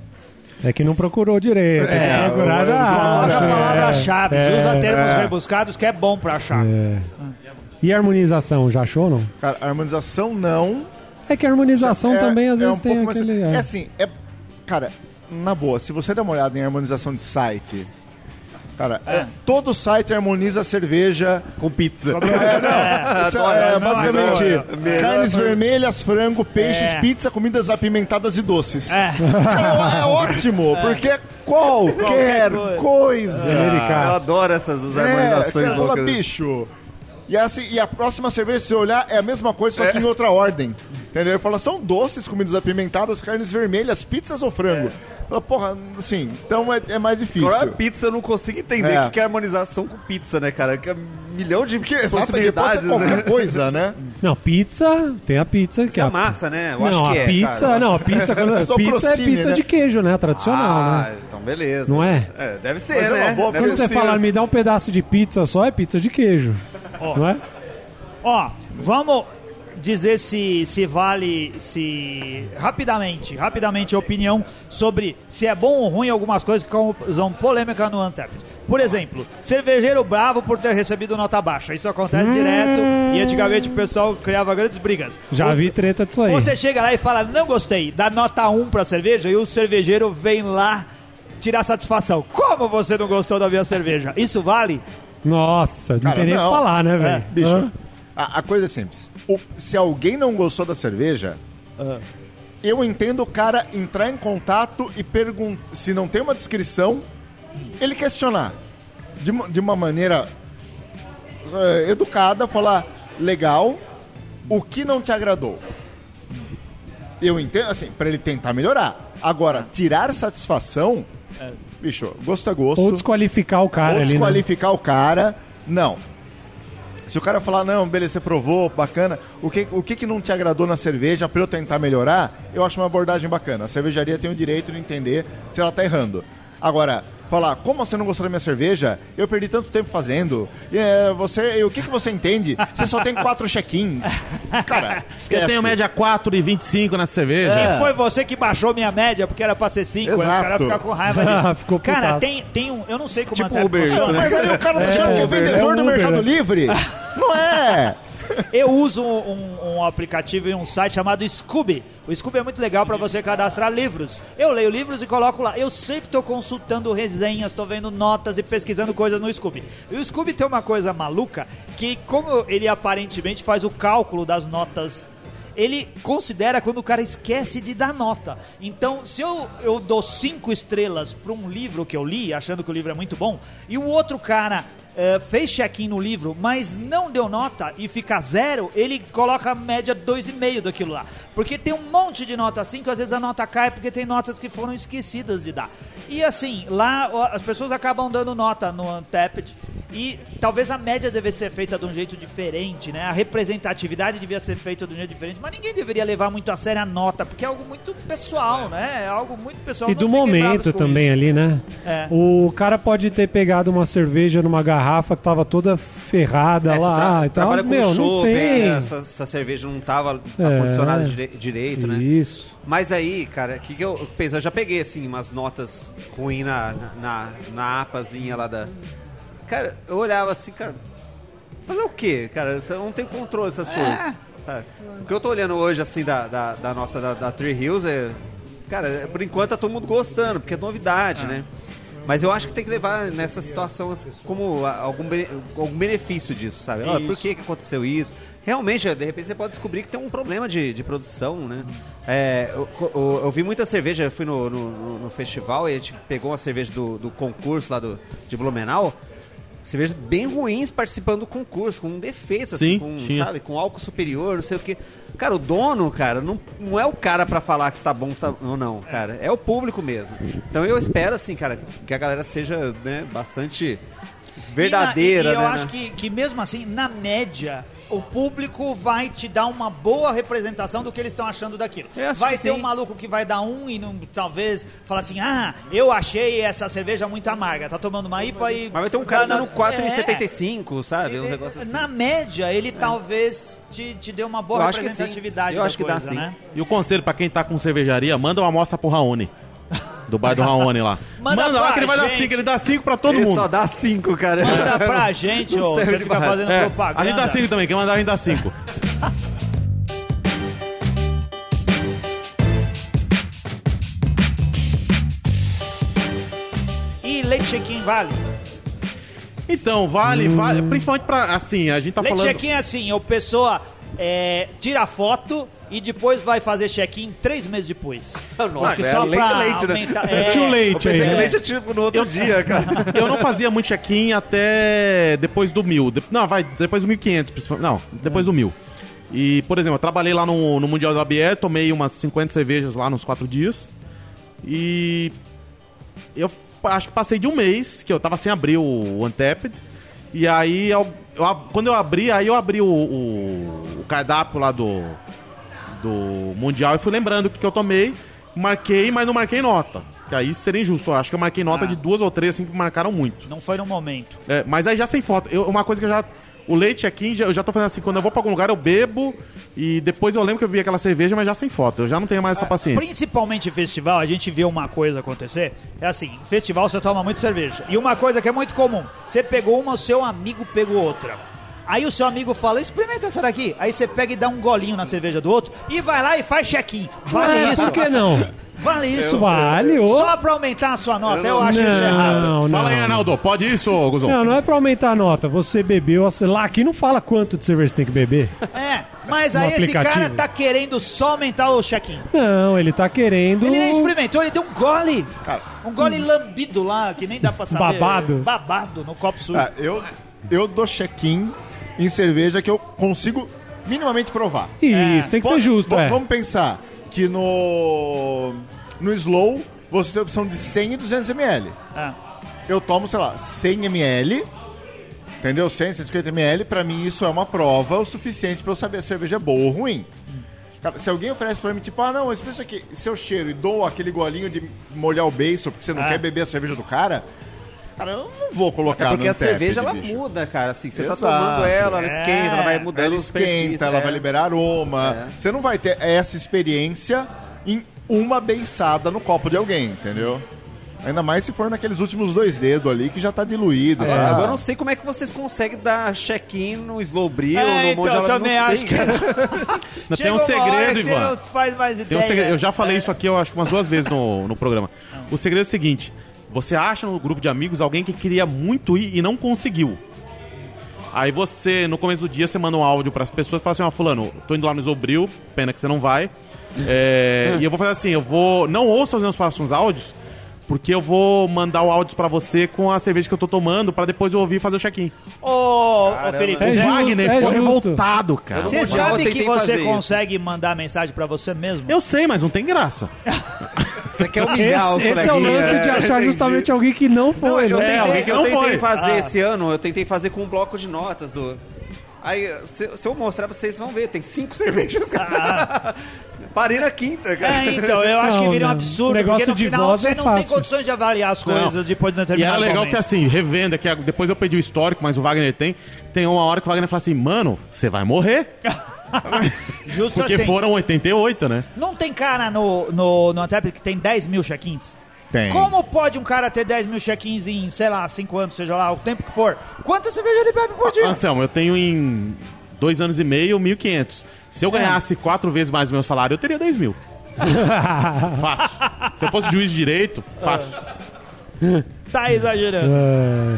Speaker 2: É que não procurou direito.
Speaker 3: É,
Speaker 2: Se procurar,
Speaker 3: eu-
Speaker 2: já
Speaker 3: eu-
Speaker 1: Coloca
Speaker 2: acha.
Speaker 1: a palavra-chave,
Speaker 2: é,
Speaker 1: usa termos
Speaker 3: é.
Speaker 1: rebuscados que é bom pra achar.
Speaker 2: É. E harmonização, já achou ou não?
Speaker 3: Cara, harmonização não.
Speaker 2: É que a harmonização
Speaker 3: É-
Speaker 2: também às
Speaker 3: é
Speaker 2: vezes
Speaker 3: um
Speaker 2: tem
Speaker 3: pouco mais-
Speaker 2: aquele. é.
Speaker 3: É assim, é. Cara, na boa, se você der uma olhada em harmonização de site. Cara, é- todo site harmoniza cerveja.
Speaker 6: Com pizza.
Speaker 3: Isso é-
Speaker 6: Agora,
Speaker 3: é,
Speaker 6: não,
Speaker 3: basicamente
Speaker 1: agora.
Speaker 3: Melhor carnes vermelhas, frango, peixes,
Speaker 1: É.
Speaker 3: pizza, comidas apimentadas e doces. Cara, É, ótimo, porque é qualquer,
Speaker 1: Qualquer
Speaker 3: coisa.
Speaker 6: Eu adoro essas
Speaker 3: É,
Speaker 6: harmonizações
Speaker 3: cara, fala,
Speaker 6: loucas.
Speaker 3: bicho. E, assim, e a próxima cerveja, se você olhar, é a mesma coisa, só que em outra ordem. Entendeu? Ele fala, são doces, comidas apimentadas, carnes vermelhas, pizzas ou frango. Fala, porra, assim, então é, é mais difícil.
Speaker 6: É. Agora, pizza, eu não consigo entender
Speaker 3: É.
Speaker 6: o que que é harmonização com pizza, né, cara? Que é milhão de
Speaker 3: Porque, exato, porque pode ser
Speaker 6: possibilidades,
Speaker 3: qualquer
Speaker 6: né?
Speaker 3: coisa, né?
Speaker 2: Não, pizza, tem a pizza que
Speaker 6: Essa
Speaker 2: É a-
Speaker 6: massa, né? Eu
Speaker 2: não,
Speaker 6: acho que
Speaker 2: a
Speaker 6: é,
Speaker 2: pizza,
Speaker 6: cara.
Speaker 2: não, a pizza, quando,
Speaker 3: Só o
Speaker 2: pizza é
Speaker 3: crostini,
Speaker 2: pizza
Speaker 3: né?
Speaker 2: de queijo, né? Tradicional,
Speaker 6: Ah,
Speaker 2: né?
Speaker 6: então beleza.
Speaker 2: Não é?
Speaker 6: deve ser,
Speaker 3: Mas é
Speaker 6: né?
Speaker 3: uma boa-
Speaker 6: Deve
Speaker 2: Quando você
Speaker 6: ser.
Speaker 2: fala, me dá um pedaço de pizza só, é pizza de queijo. Não é?
Speaker 1: Ó, vamos dizer se, se vale, se rapidamente, rapidamente a opinião sobre se é bom ou ruim algumas coisas que causam polêmica no Antep. Por exemplo, cervejeiro bravo por ter recebido nota baixa. Isso acontece direto e antigamente o pessoal criava grandes brigas.
Speaker 2: Hum. Já
Speaker 1: O-
Speaker 2: vi treta disso aí.
Speaker 1: Você chega lá e fala, não gostei, dá nota 1 pra cerveja e o cervejeiro vem lá tirar satisfação. Como você não gostou da minha cerveja? Isso vale?
Speaker 2: Nossa, não
Speaker 3: Cara,
Speaker 2: tem nem o que
Speaker 3: não.
Speaker 2: falar,
Speaker 6: É,
Speaker 2: né, velho?
Speaker 3: Bicho,
Speaker 2: Hã?
Speaker 3: a, a coisa é simples. O- se alguém não gostou da cerveja, eu entendo o cara entrar em contato e perguntar. Se não tem uma descrição, ele questionar. De, uma- de uma maneira eh, educada, falar: legal, o que não te agradou? Eu entendo, assim, pra ele tentar melhorar. Agora, tirar satisfação, bicho, gosto é gosto
Speaker 2: Ou desqualificar o cara
Speaker 3: ou
Speaker 2: ali. né?
Speaker 3: desqualificar o cara. Não. Se o cara falar, não, beleza, você provou, bacana. O que, o que, que não te agradou na cerveja pra eu tentar melhorar? Eu acho uma abordagem bacana. A cervejaria tem o direito de entender se ela tá errando. Agora, falar, como você não gostou da minha cerveja? Eu perdi tanto tempo fazendo. É, você, e o que, que você entende? Você só tem quatro check-ins. Cara, é assim. esquece.
Speaker 4: Eu tenho média 4,25 na cerveja.
Speaker 2: É.
Speaker 1: E foi você que baixou minha média, porque era pra ser 5, os
Speaker 3: Exato.
Speaker 1: caras ficam com raiva disso.
Speaker 2: Ficou
Speaker 1: cara,
Speaker 2: putaço.
Speaker 1: tem, tem um. Eu não sei como
Speaker 6: Tipo
Speaker 1: até
Speaker 6: Uber,
Speaker 1: funciona.
Speaker 6: isso, né?
Speaker 3: Mas aí o cara tá achando que é
Speaker 2: Uber,
Speaker 3: vendedor
Speaker 2: é
Speaker 3: do
Speaker 2: Uber,
Speaker 3: Mercado
Speaker 2: né?
Speaker 3: Livre. Não é!
Speaker 1: Eu uso um, um aplicativo e um site chamado Scoob. O Scoob é muito legal pra você cadastrar livros. Eu leio livros e coloco lá. Eu sempre tô consultando resenhas, tô vendo notas e pesquisando coisas no Scoob. E o Scoob tem uma coisa maluca que, como ele aparentemente faz o cálculo das notas ele considera quando o cara esquece de dar nota. Então, se eu, eu dou cinco estrelas para um livro que eu li, achando que o livro é muito bom, e o outro cara eh, fez check-in no livro, mas não deu nota e fica zero, ele coloca a média 2,5 daquilo lá. Porque tem um monte de nota assim que às vezes a nota cai porque tem notas que foram esquecidas de dar. E assim, lá ó, as pessoas acabam dando nota no Untapped e talvez a média devia ser feita de um jeito diferente, né? A representatividade devia ser feita de um jeito diferente, mas ninguém deveria levar muito a sério a nota, porque é algo muito pessoal, né? É algo muito pessoal.
Speaker 2: E
Speaker 1: não
Speaker 2: do
Speaker 1: fiquem bravos
Speaker 2: momento
Speaker 1: com
Speaker 2: também
Speaker 1: isso.
Speaker 2: ali, né?
Speaker 1: É.
Speaker 2: O cara pode ter pegado uma cerveja numa garrafa que tava toda ferrada
Speaker 6: É, você
Speaker 2: lá
Speaker 6: tra-
Speaker 2: e tal.
Speaker 6: trabalha com
Speaker 2: Meu, não
Speaker 6: chopp,
Speaker 2: tem.
Speaker 6: né? Essa, essa cerveja não tava
Speaker 2: É.
Speaker 6: acondicionada dire- direito, né?
Speaker 2: Isso.
Speaker 6: Mas aí, cara, o que, que eu eu penso? Eu já peguei, assim, umas notas ruins na, na, na apazinha lá da, Cara, eu olhava assim, cara. Fazer o quê, cara? Você não tem controle dessas coisas. sabe? O que eu tô olhando hoje, assim, da, da, da nossa, da, da Three Hills, é. Cara, é- por enquanto tá todo mundo gostando, porque é novidade, né? Mas eu acho que tem que levar nessa situação assim, como a- algum, bene- algum benefício disso, sabe? Olha, por que, que aconteceu isso? Realmente, de repente você pode descobrir que tem um problema de, de produção, né? É, eu, co- eu- eu vi muita cerveja, eu fui no, no- no- no festival e a gente pegou uma cerveja do, do concurso lá do, de Blumenau. Cervejas bem ruins participando do concurso, com um defeito, assim,
Speaker 4: Sim,
Speaker 6: com,
Speaker 4: tinha.
Speaker 6: sabe? Com álcool superior, não sei o quê. Cara, o dono, cara, não, não é o cara pra falar que está bom se tá- ou não, cara. É o público mesmo. Então eu espero, assim, cara, que a galera seja, né, bastante verdadeira,
Speaker 1: E, na- e- e
Speaker 6: né?
Speaker 1: eu
Speaker 6: né?
Speaker 1: acho que, que mesmo assim, na média, o público vai te dar uma boa representação do que eles estão achando daquilo.
Speaker 6: Eu acho
Speaker 1: Vai
Speaker 6: que
Speaker 1: ter
Speaker 6: sim.
Speaker 1: um maluco que vai dar um e não, talvez falar assim, ah, eu achei essa cerveja muito amarga, tá tomando uma IPA e...
Speaker 6: Mas vai ter um cara
Speaker 1: tá na-
Speaker 6: dando 4,75,
Speaker 1: É.
Speaker 6: sabe? Um negócio assim.
Speaker 1: Na média, ele talvez te, te dê uma boa
Speaker 6: Eu acho que sim.
Speaker 1: representatividade
Speaker 6: Eu
Speaker 1: da
Speaker 6: acho que dá
Speaker 1: coisa,
Speaker 6: sim.
Speaker 1: né?
Speaker 4: E o conselho pra quem tá com cervejaria, manda uma amostra pro Raoni. Do bar do Raoni lá.
Speaker 1: Manda
Speaker 4: lá
Speaker 1: pra
Speaker 4: que ele vai dar
Speaker 1: gente. tá
Speaker 4: 5, ele dá 5 pra todo
Speaker 6: Ele
Speaker 4: mundo.
Speaker 6: só dá 5, cara.
Speaker 1: Manda pra gente,
Speaker 6: Não
Speaker 1: ô,
Speaker 6: serve
Speaker 1: você
Speaker 6: de
Speaker 1: fica
Speaker 6: barraco.
Speaker 1: fazendo
Speaker 4: É,
Speaker 1: propaganda.
Speaker 4: a gente dá
Speaker 6: assim.
Speaker 4: 5 também, quem mandar a gente dá 5.
Speaker 1: E leite chequinho vale?
Speaker 4: Então, vale, vale. Principalmente pra, assim, a gente tá
Speaker 1: Hum. Leite
Speaker 4: falando...
Speaker 1: check-in é assim, o pessoa é, tira a foto e depois vai fazer check-in três meses depois.
Speaker 6: Nossa,
Speaker 1: Acho que
Speaker 6: é
Speaker 1: só
Speaker 6: leite,
Speaker 1: pra
Speaker 6: leite, né?
Speaker 1: aumentar-
Speaker 2: É
Speaker 1: é,
Speaker 2: too late aí.
Speaker 6: Pensei que
Speaker 2: né?
Speaker 6: leite é tipo no outro dia, cara.
Speaker 4: Eu não fazia muito check-in até depois do mil. De- Não, vai, depois do 1500, principalmente. Não, depois do mil. E, por exemplo, eu trabalhei lá no, no Mundial da Bier, tomei umas 50 cervejas lá nos quatro dias. E eu pa- acho que passei de um mês, que eu tava sem abrir o Untapped. E aí, eu- eu ab- quando eu abri, aí eu abri o, o- o cardápio lá do, do Mundial e fui lembrando o que, que eu tomei. Marquei, mas não marquei nota. Que aí seria injusto. Eu acho que eu marquei nota
Speaker 1: Ah.
Speaker 4: de duas ou três, assim, que marcaram muito.
Speaker 1: Não foi no momento.
Speaker 4: É, mas aí já sem foto. Eu- uma coisa que eu já. O leite aqui, já- eu já tô fazendo assim, quando eu vou pra algum lugar, eu bebo e depois eu lembro que eu vi aquela cerveja, mas já sem foto. Eu já não tenho mais essa paciência.
Speaker 1: Principalmente em festival, a gente vê uma coisa acontecer. É assim, em festival você toma muito cerveja. E uma coisa que é muito comum, você pegou uma, o seu amigo pegou outra. Aí o seu amigo fala, experimenta essa daqui. Aí você pega e dá um golinho na cerveja do outro e vai lá e faz check-in. Vale
Speaker 2: Ah,
Speaker 1: isso.
Speaker 2: Por que não?
Speaker 1: Vale isso.
Speaker 2: Vale, ô.
Speaker 1: Só pra aumentar a sua nota, eu,
Speaker 6: Eu não-
Speaker 1: acho isso errado.
Speaker 2: Não, não.
Speaker 4: Fala aí, Arnaldo, pode isso, Guzão?
Speaker 2: Não, não é pra aumentar a nota. Você bebeu. assim, Lá aqui não fala quanto de cerveja você tem que beber.
Speaker 1: É, mas
Speaker 2: No
Speaker 1: aí esse cara
Speaker 2: aplicativo.
Speaker 1: tá querendo só aumentar o check-in.
Speaker 2: Não, ele tá querendo.
Speaker 1: Ele nem experimentou, ele deu um gole. um gole lambido lá, que nem dá pra saber.
Speaker 2: Babado.
Speaker 1: Babado no copo sujo.
Speaker 3: Ah, eu, eu dou check-in em cerveja que eu consigo minimamente provar.
Speaker 2: Isso, tem que ser
Speaker 3: Vamos-
Speaker 2: justo,
Speaker 3: vamos-
Speaker 2: é.
Speaker 3: Vamos pensar que no no slow você tem a opção de 100 e 200 ml.
Speaker 6: É.
Speaker 1: Ah.
Speaker 3: Eu tomo, sei lá, 100 ml, entendeu? 100, 150 ml, pra mim isso é uma prova o suficiente pra eu saber se a cerveja é boa ou ruim. Cara, se alguém oferece pra mim, tipo, ah, não, experimenta isso aqui, seu cheiro, e dou aquele golinho de molhar o beiço porque você não
Speaker 1: Ah.
Speaker 3: quer beber a cerveja do cara, cara, eu não vou colocar
Speaker 6: É porque
Speaker 3: no
Speaker 6: a cerveja
Speaker 3: Untapped,
Speaker 6: ela
Speaker 3: bicho.
Speaker 6: muda, cara. Assim, você
Speaker 3: Exato.
Speaker 6: tá tomando ela, ela
Speaker 1: É.
Speaker 6: esquenta, ela vai
Speaker 3: Ela
Speaker 6: mudando os perfis,
Speaker 3: esquenta, ela
Speaker 6: é.
Speaker 3: vai liberar aroma.
Speaker 6: É.
Speaker 3: Você não vai ter essa experiência em uma beiçada no copo de alguém, entendeu? Ainda mais se for naqueles últimos dois dedos ali que já tá diluído.
Speaker 6: Agora,
Speaker 3: tá?
Speaker 6: agora eu não sei como é que vocês conseguem dar check-in no slow brew,
Speaker 1: É,
Speaker 6: no
Speaker 1: então,
Speaker 6: Mondial,
Speaker 1: eu
Speaker 6: não
Speaker 1: também
Speaker 6: sei,
Speaker 1: acho que-
Speaker 6: cara.
Speaker 4: Não, tem
Speaker 1: Chega
Speaker 4: um
Speaker 1: uma hora
Speaker 4: segredo,
Speaker 1: que você
Speaker 4: Ivan.
Speaker 1: não faz mais
Speaker 4: Tem um
Speaker 1: ideia.
Speaker 4: segredo. Eu já falei isso aqui, eu acho que umas duas vezes no, no programa. O segredo é o seguinte: você acha no grupo de amigos alguém que queria muito ir e não conseguiu. Aí você, no começo do dia, você manda um áudio pras pessoas e fala assim: Ó, Fulano, tô indo lá no Isobril, pena que você não vai. É, e eu vou fazer assim: eu vou. Não ouça os meus próximos áudios, porque eu vou mandar o áudio pra você com a cerveja que eu tô tomando, pra depois eu ouvir e fazer o check-in.
Speaker 1: Ô, ô,
Speaker 6: Caramba.
Speaker 1: Felipe,
Speaker 2: É
Speaker 4: O
Speaker 1: você-
Speaker 2: justo,
Speaker 4: Wagner ficou
Speaker 2: justo.
Speaker 4: revoltado, cara.
Speaker 1: você
Speaker 6: Mondial eu
Speaker 1: sabe que
Speaker 6: tentei fazer
Speaker 1: você
Speaker 6: isso.
Speaker 1: consegue mandar mensagem pra você mesmo?
Speaker 4: Eu sei, mas não tem graça.
Speaker 6: Você quer humilhar
Speaker 2: Esse,
Speaker 6: o
Speaker 2: esse é o
Speaker 6: coleguinha. né?
Speaker 2: lance de achar justamente alguém que não
Speaker 6: Não,
Speaker 2: foi.
Speaker 6: eu
Speaker 2: né?
Speaker 6: tentei,
Speaker 4: alguém que
Speaker 6: eu
Speaker 4: não
Speaker 6: tentei
Speaker 4: foi.
Speaker 6: fazer esse ano, eu tentei fazer com um bloco de notas do. Aí, se, se eu mostrar pra vocês, vocês vão ver, tem cinco cervejas, cara. Parei na quinta, cara.
Speaker 1: É, então, eu acho
Speaker 2: Não,
Speaker 1: que vira um
Speaker 2: não.
Speaker 1: absurdo,
Speaker 2: Negócio
Speaker 1: porque no
Speaker 2: de
Speaker 1: final
Speaker 2: voz
Speaker 1: você
Speaker 2: é
Speaker 1: não tem
Speaker 2: fácil.
Speaker 1: condições de avaliar as coisas
Speaker 4: Não.
Speaker 1: depois de um
Speaker 4: E era
Speaker 1: determinado
Speaker 4: legal
Speaker 1: momento.
Speaker 4: que assim, revenda, que a- depois eu perdi o histórico, mas o Wagner tem. Tem uma hora que o Wagner fala assim, mano, você vai morrer.
Speaker 1: Justo
Speaker 4: Porque
Speaker 1: assim.
Speaker 4: foram 88, né?
Speaker 1: Não tem cara no, no, no Antep que tem 10 mil check-ins?
Speaker 3: Tem.
Speaker 1: Como pode um cara ter 10 mil check-ins em, sei lá, 5 anos, seja lá, o tempo que for? Quantas cervejas ele bebe por dia?
Speaker 4: Anselmo, eu tenho em dois anos e meio, 1.500. Se
Speaker 1: É.
Speaker 4: eu ganhasse quatro vezes mais o meu salário, eu teria 10 mil. fácil. Se eu fosse juiz de direito, fácil.
Speaker 1: É. Tá exagerando.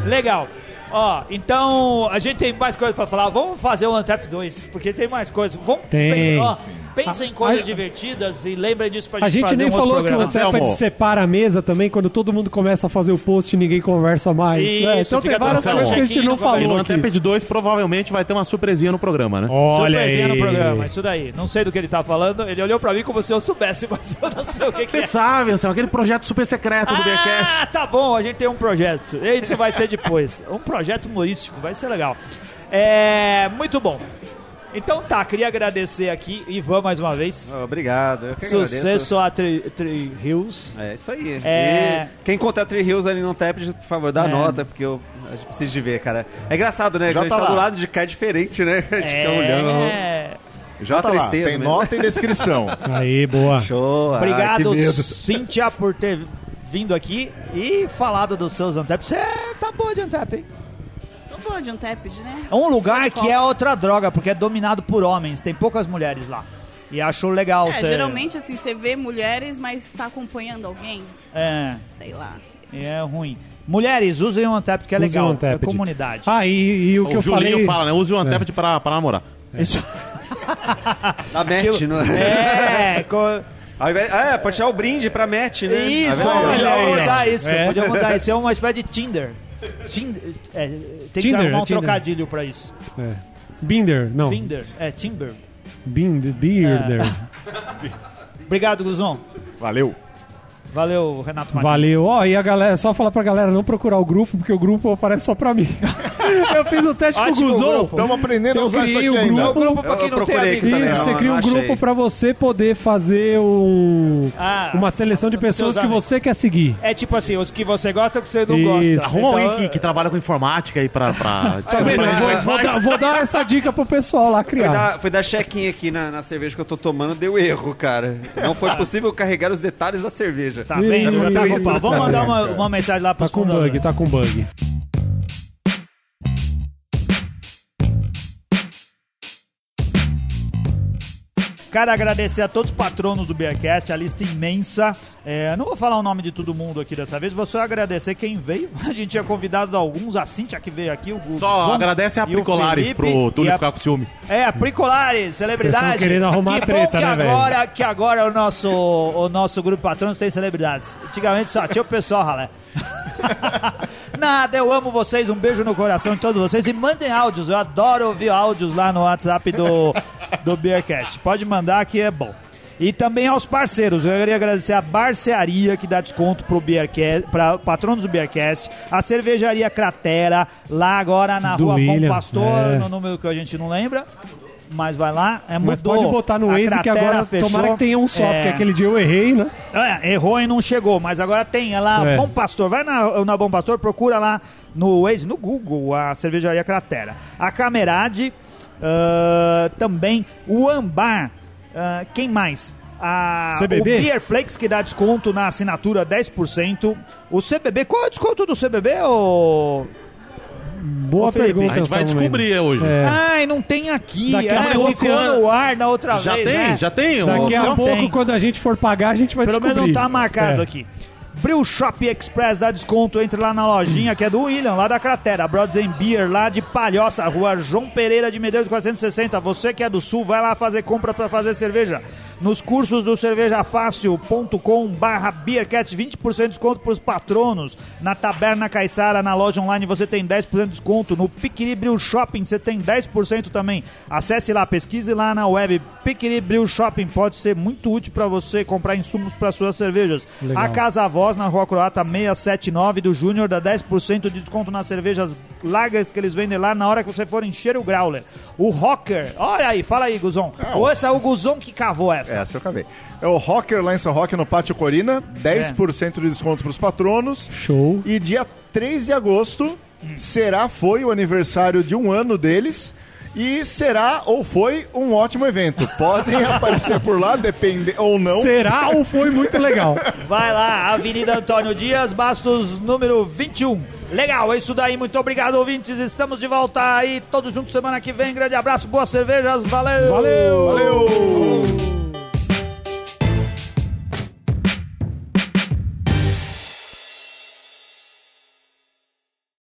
Speaker 2: É.
Speaker 1: Legal. Ó, então a gente tem mais coisa pra falar. Vamos fazer o Antep 2, porque tem mais coisa. Vamos
Speaker 2: Tem.
Speaker 1: ó, pensa
Speaker 2: A-
Speaker 1: em coisas
Speaker 2: a-
Speaker 1: divertidas e lembra disso pra gente
Speaker 2: A gente
Speaker 1: fazer
Speaker 2: nem
Speaker 1: um outro
Speaker 2: falou que o
Speaker 1: programa.
Speaker 2: Antepet
Speaker 4: Anselmo.
Speaker 2: separa a mesa também, quando todo mundo começa a fazer o post e ninguém conversa mais.
Speaker 1: Isso,
Speaker 2: né? Então tem
Speaker 1: fica
Speaker 2: várias
Speaker 4: atenção.
Speaker 2: coisas que a gente não
Speaker 1: Check-in, não
Speaker 4: E
Speaker 2: falou
Speaker 4: no
Speaker 2: aqui.
Speaker 4: Anteped 2 provavelmente vai ter uma surpresinha no programa, né?
Speaker 2: Olha
Speaker 1: Surpresinha no
Speaker 2: aí.
Speaker 1: programa, isso daí. Não sei do que ele tá falando. Ele olhou pra mim como se eu soubesse, mas eu não sei o que, que
Speaker 4: Você
Speaker 1: é.
Speaker 4: sabe, Anselmo, aquele projeto super secreto do
Speaker 2: é
Speaker 4: Beercast.
Speaker 1: Ah, tá bom, a gente tem um projeto. Isso vai ser depois. Um projeto humorístico, vai ser legal. É, muito bom. Então tá, queria agradecer aqui, Ivan, mais uma vez.
Speaker 6: Obrigado. Eu que agradeço.
Speaker 1: Sucesso a Tri, Tri Hills.
Speaker 6: É isso aí.
Speaker 1: É.
Speaker 6: E quem encontrar Tree Hills ali no Tepid, por favor, dá
Speaker 1: É.
Speaker 6: nota, porque eu a gente precisa de ver, cara. É engraçado, né?
Speaker 3: Já
Speaker 6: a gente
Speaker 3: tá
Speaker 6: tá,
Speaker 3: lá.
Speaker 6: do lado de cá é diferente, né? De ficar
Speaker 1: tá
Speaker 6: olhando.
Speaker 1: É,
Speaker 3: Já
Speaker 6: Só
Speaker 3: tá lá,
Speaker 6: tristeza
Speaker 3: tem
Speaker 6: mesmo.
Speaker 3: nota e descrição.
Speaker 2: Aí, boa.
Speaker 1: Ah,
Speaker 6: Show.
Speaker 1: Obrigado,
Speaker 6: Ai, que medo.
Speaker 1: Cíntia, por ter vindo aqui e falado dos seus Antep. Você tá boa de Antep, hein?
Speaker 5: Tô boa de um tepid, né?
Speaker 1: É um lugar
Speaker 5: Pode
Speaker 1: que
Speaker 5: falar.
Speaker 1: é outra droga, porque é dominado por homens. Tem poucas mulheres lá. E acho legal.
Speaker 5: É,
Speaker 1: cê-
Speaker 5: geralmente assim, você vê mulheres, mas tá acompanhando alguém,
Speaker 1: É,
Speaker 5: sei lá.
Speaker 1: é ruim. Mulheres, usem o Antep, que é
Speaker 2: Usem
Speaker 1: legal.
Speaker 2: o Antep.
Speaker 1: É comunidade.
Speaker 2: Ah, e, e o que eu
Speaker 4: o Julinho
Speaker 2: falei...
Speaker 4: fala, né? Use o Anteped pra, pra namorar.
Speaker 1: Isso-
Speaker 6: A Matt, Tá não
Speaker 1: é, co-
Speaker 6: Ao invés- Ah, é, pode tirar o brinde pra Matt, né?
Speaker 1: É, isso,
Speaker 6: Tá vendo?
Speaker 2: olha
Speaker 1: podia
Speaker 2: aí,
Speaker 1: mudar
Speaker 2: gente.
Speaker 1: isso.
Speaker 2: É.
Speaker 1: Podia mudar isso. É uma espécie de Tinder. Tinder é, tem que
Speaker 2: Tinder,
Speaker 1: arrumar um
Speaker 2: é Tinder.
Speaker 1: trocadilho pra isso.
Speaker 2: É. Binder, não.
Speaker 1: Tinder, é Timber.
Speaker 2: Binder. Binder.
Speaker 1: Obrigado, Guzon.
Speaker 3: Valeu.
Speaker 1: Valeu, Renato Martins.
Speaker 2: Valeu. Ó, e a galera, só falar pra galera não procurar o grupo, porque o grupo aparece só pra mim. eu fiz o teste com o
Speaker 1: Ótimo
Speaker 2: Guzon.
Speaker 1: grupo.
Speaker 3: Estamos aprendendo a
Speaker 2: Eu
Speaker 3: usar isso
Speaker 2: criei
Speaker 3: um aqui
Speaker 2: o
Speaker 3: ainda.
Speaker 2: grupo.
Speaker 1: grupo pra
Speaker 6: Eu-
Speaker 1: quem
Speaker 6: eu
Speaker 1: não tem
Speaker 6: procurei aqui
Speaker 1: amigo.
Speaker 6: também,
Speaker 2: Isso,
Speaker 6: não,
Speaker 2: você
Speaker 6: eu
Speaker 2: cria
Speaker 6: não
Speaker 2: um grupo
Speaker 6: achei.
Speaker 2: pra você poder fazer um,
Speaker 1: Ah,
Speaker 2: uma seleção de
Speaker 1: seus
Speaker 2: pessoas que
Speaker 1: amigos.
Speaker 2: você quer seguir.
Speaker 1: É tipo assim, os que você gosta e os que você não
Speaker 2: Isso. um
Speaker 1: gosta.
Speaker 4: Arruma
Speaker 1: Então,
Speaker 4: alguém que, que trabalha com informática aí pra... pra...
Speaker 1: É
Speaker 2: Tá vendo?
Speaker 4: pra-
Speaker 2: Eu Vou,
Speaker 4: pra-
Speaker 2: vou dar, vou dar essa dica pro pessoal lá
Speaker 6: Foi
Speaker 2: criar.
Speaker 6: dar, foi dar check-in aqui na, na cerveja que eu tô tomando, deu erro, cara. Não foi possível carregar os detalhes da cerveja.
Speaker 1: Tá bem,
Speaker 2: Ih,
Speaker 1: tá bom, Paulo. Vamos
Speaker 2: tá
Speaker 1: mandar
Speaker 2: bem,
Speaker 1: uma, uma mensagem lá para
Speaker 2: Tá com bug, tá com bug.
Speaker 1: Cara, agradecer a todos os patronos do Beercast, a lista imensa. É, não vou falar o nome de todo mundo aqui dessa vez, vou só agradecer quem veio. A gente tinha convidado alguns, a Cintia que veio aqui, o Gugu.
Speaker 4: Só agradece a
Speaker 1: e o
Speaker 4: Pricolares
Speaker 1: Felipe,
Speaker 4: pro
Speaker 1: e
Speaker 4: Túlio
Speaker 1: a-
Speaker 4: ficar com ciúme.
Speaker 1: É, a Pricolares, celebridade.
Speaker 2: Vocês tão querendo arrumar
Speaker 1: que
Speaker 2: treta,
Speaker 1: bom que
Speaker 2: né, velho?
Speaker 1: agora, Que agora o nosso, o nosso grupo patronos tem celebridades. Antigamente só tinha o pessoal, ralé. Nada, eu amo vocês, um beijo no coração de todos vocês e mandem áudios, eu adoro ouvir áudios lá no WhatsApp do, do Beercast. Pode mandar que é bom. E também aos parceiros, eu queria agradecer a Barcearia que dá desconto pro Beercast, para patronos do Beercast, a cervejaria Cratera, lá agora na
Speaker 2: Do
Speaker 1: rua
Speaker 2: William,
Speaker 1: Bom Pastor,
Speaker 2: é.
Speaker 1: no número que a gente não lembra. Mas vai lá, é
Speaker 2: Mas
Speaker 1: mudou.
Speaker 2: pode botar no
Speaker 1: A
Speaker 2: Waze que
Speaker 1: Cratera
Speaker 2: agora
Speaker 1: fechou.
Speaker 2: tomara que tenha um só,
Speaker 1: É.
Speaker 2: porque aquele dia eu errei, né?
Speaker 1: É, errou e não chegou, mas agora tem é lá,
Speaker 2: É.
Speaker 1: Bom Pastor. Vai na, na Bom Pastor, procura lá no Waze, no Google, a cervejaria Cratera. A Camerade, ah, também o Ambar, ah, quem mais? A,
Speaker 2: CBB?
Speaker 1: O Beer Flakes, que dá desconto na assinatura 10%. O CBB, qual é o desconto do CBB, ô...
Speaker 2: Boa
Speaker 1: Ô, Felipe,
Speaker 2: pergunta,
Speaker 4: a gente vai
Speaker 2: Anselmo
Speaker 4: descobrir
Speaker 2: Lima.
Speaker 4: hoje.
Speaker 2: É.
Speaker 1: Ai, não tem aqui.
Speaker 2: Daqui a um
Speaker 1: é,
Speaker 2: pouco
Speaker 1: ficou
Speaker 4: ano-
Speaker 1: no ar na outra
Speaker 4: Já
Speaker 1: vez,
Speaker 4: tem,
Speaker 1: né?
Speaker 4: já tem. ô,
Speaker 2: Daqui a
Speaker 1: Não
Speaker 2: pouco,
Speaker 1: tem.
Speaker 2: quando a gente for pagar, a gente vai
Speaker 1: Pelo
Speaker 2: descobrir.
Speaker 1: menos não tá marcado
Speaker 2: É.
Speaker 1: aqui. Brew Shop Express dá desconto, entre lá na lojinha que é do William, lá da Cratera, Brothers and Beer, lá de Palhoça, rua João Pereira de Medeiros 460. Você que é do Sul, vai lá fazer compra para fazer cerveja. Nos cursos do cervejafácil.com barra beercats, 20% de desconto para os patronos. Na Taberna Caissara, na loja online, você tem 10% de desconto. No Piquiri Brew Shopping, você tem 10% também. Acesse lá, pesquise lá na web. Piquiri Brew Shopping pode ser muito útil para você comprar insumos para suas cervejas.
Speaker 2: Legal.
Speaker 1: A Casa Voz, na Rua Croata 679 do Júnior, dá 10% de desconto nas cervejas largas que eles vendem lá na hora que você for encher o growler. O Rocker, olha aí, fala aí, Guzon. Ou essa é o Guzon que cavou essa.
Speaker 3: Essa eu acabei. É o Rocker lá em São Roque, no Pátio Corina. 10% de desconto para os patronos.
Speaker 2: Show.
Speaker 3: E dia 3 de agosto será, foi o aniversário de um ano deles. E será ou foi um ótimo evento. Podem aparecer por lá, depende ou não.
Speaker 2: Será ou foi muito legal?
Speaker 1: Vai lá, Avenida Antônio Dias, Bastos, número 21. Legal, é isso daí. Muito obrigado, ouvintes. Estamos de volta aí, todos juntos semana que vem. Grande abraço, boas cervejas. Valeu!
Speaker 2: Valeu!
Speaker 3: Valeu!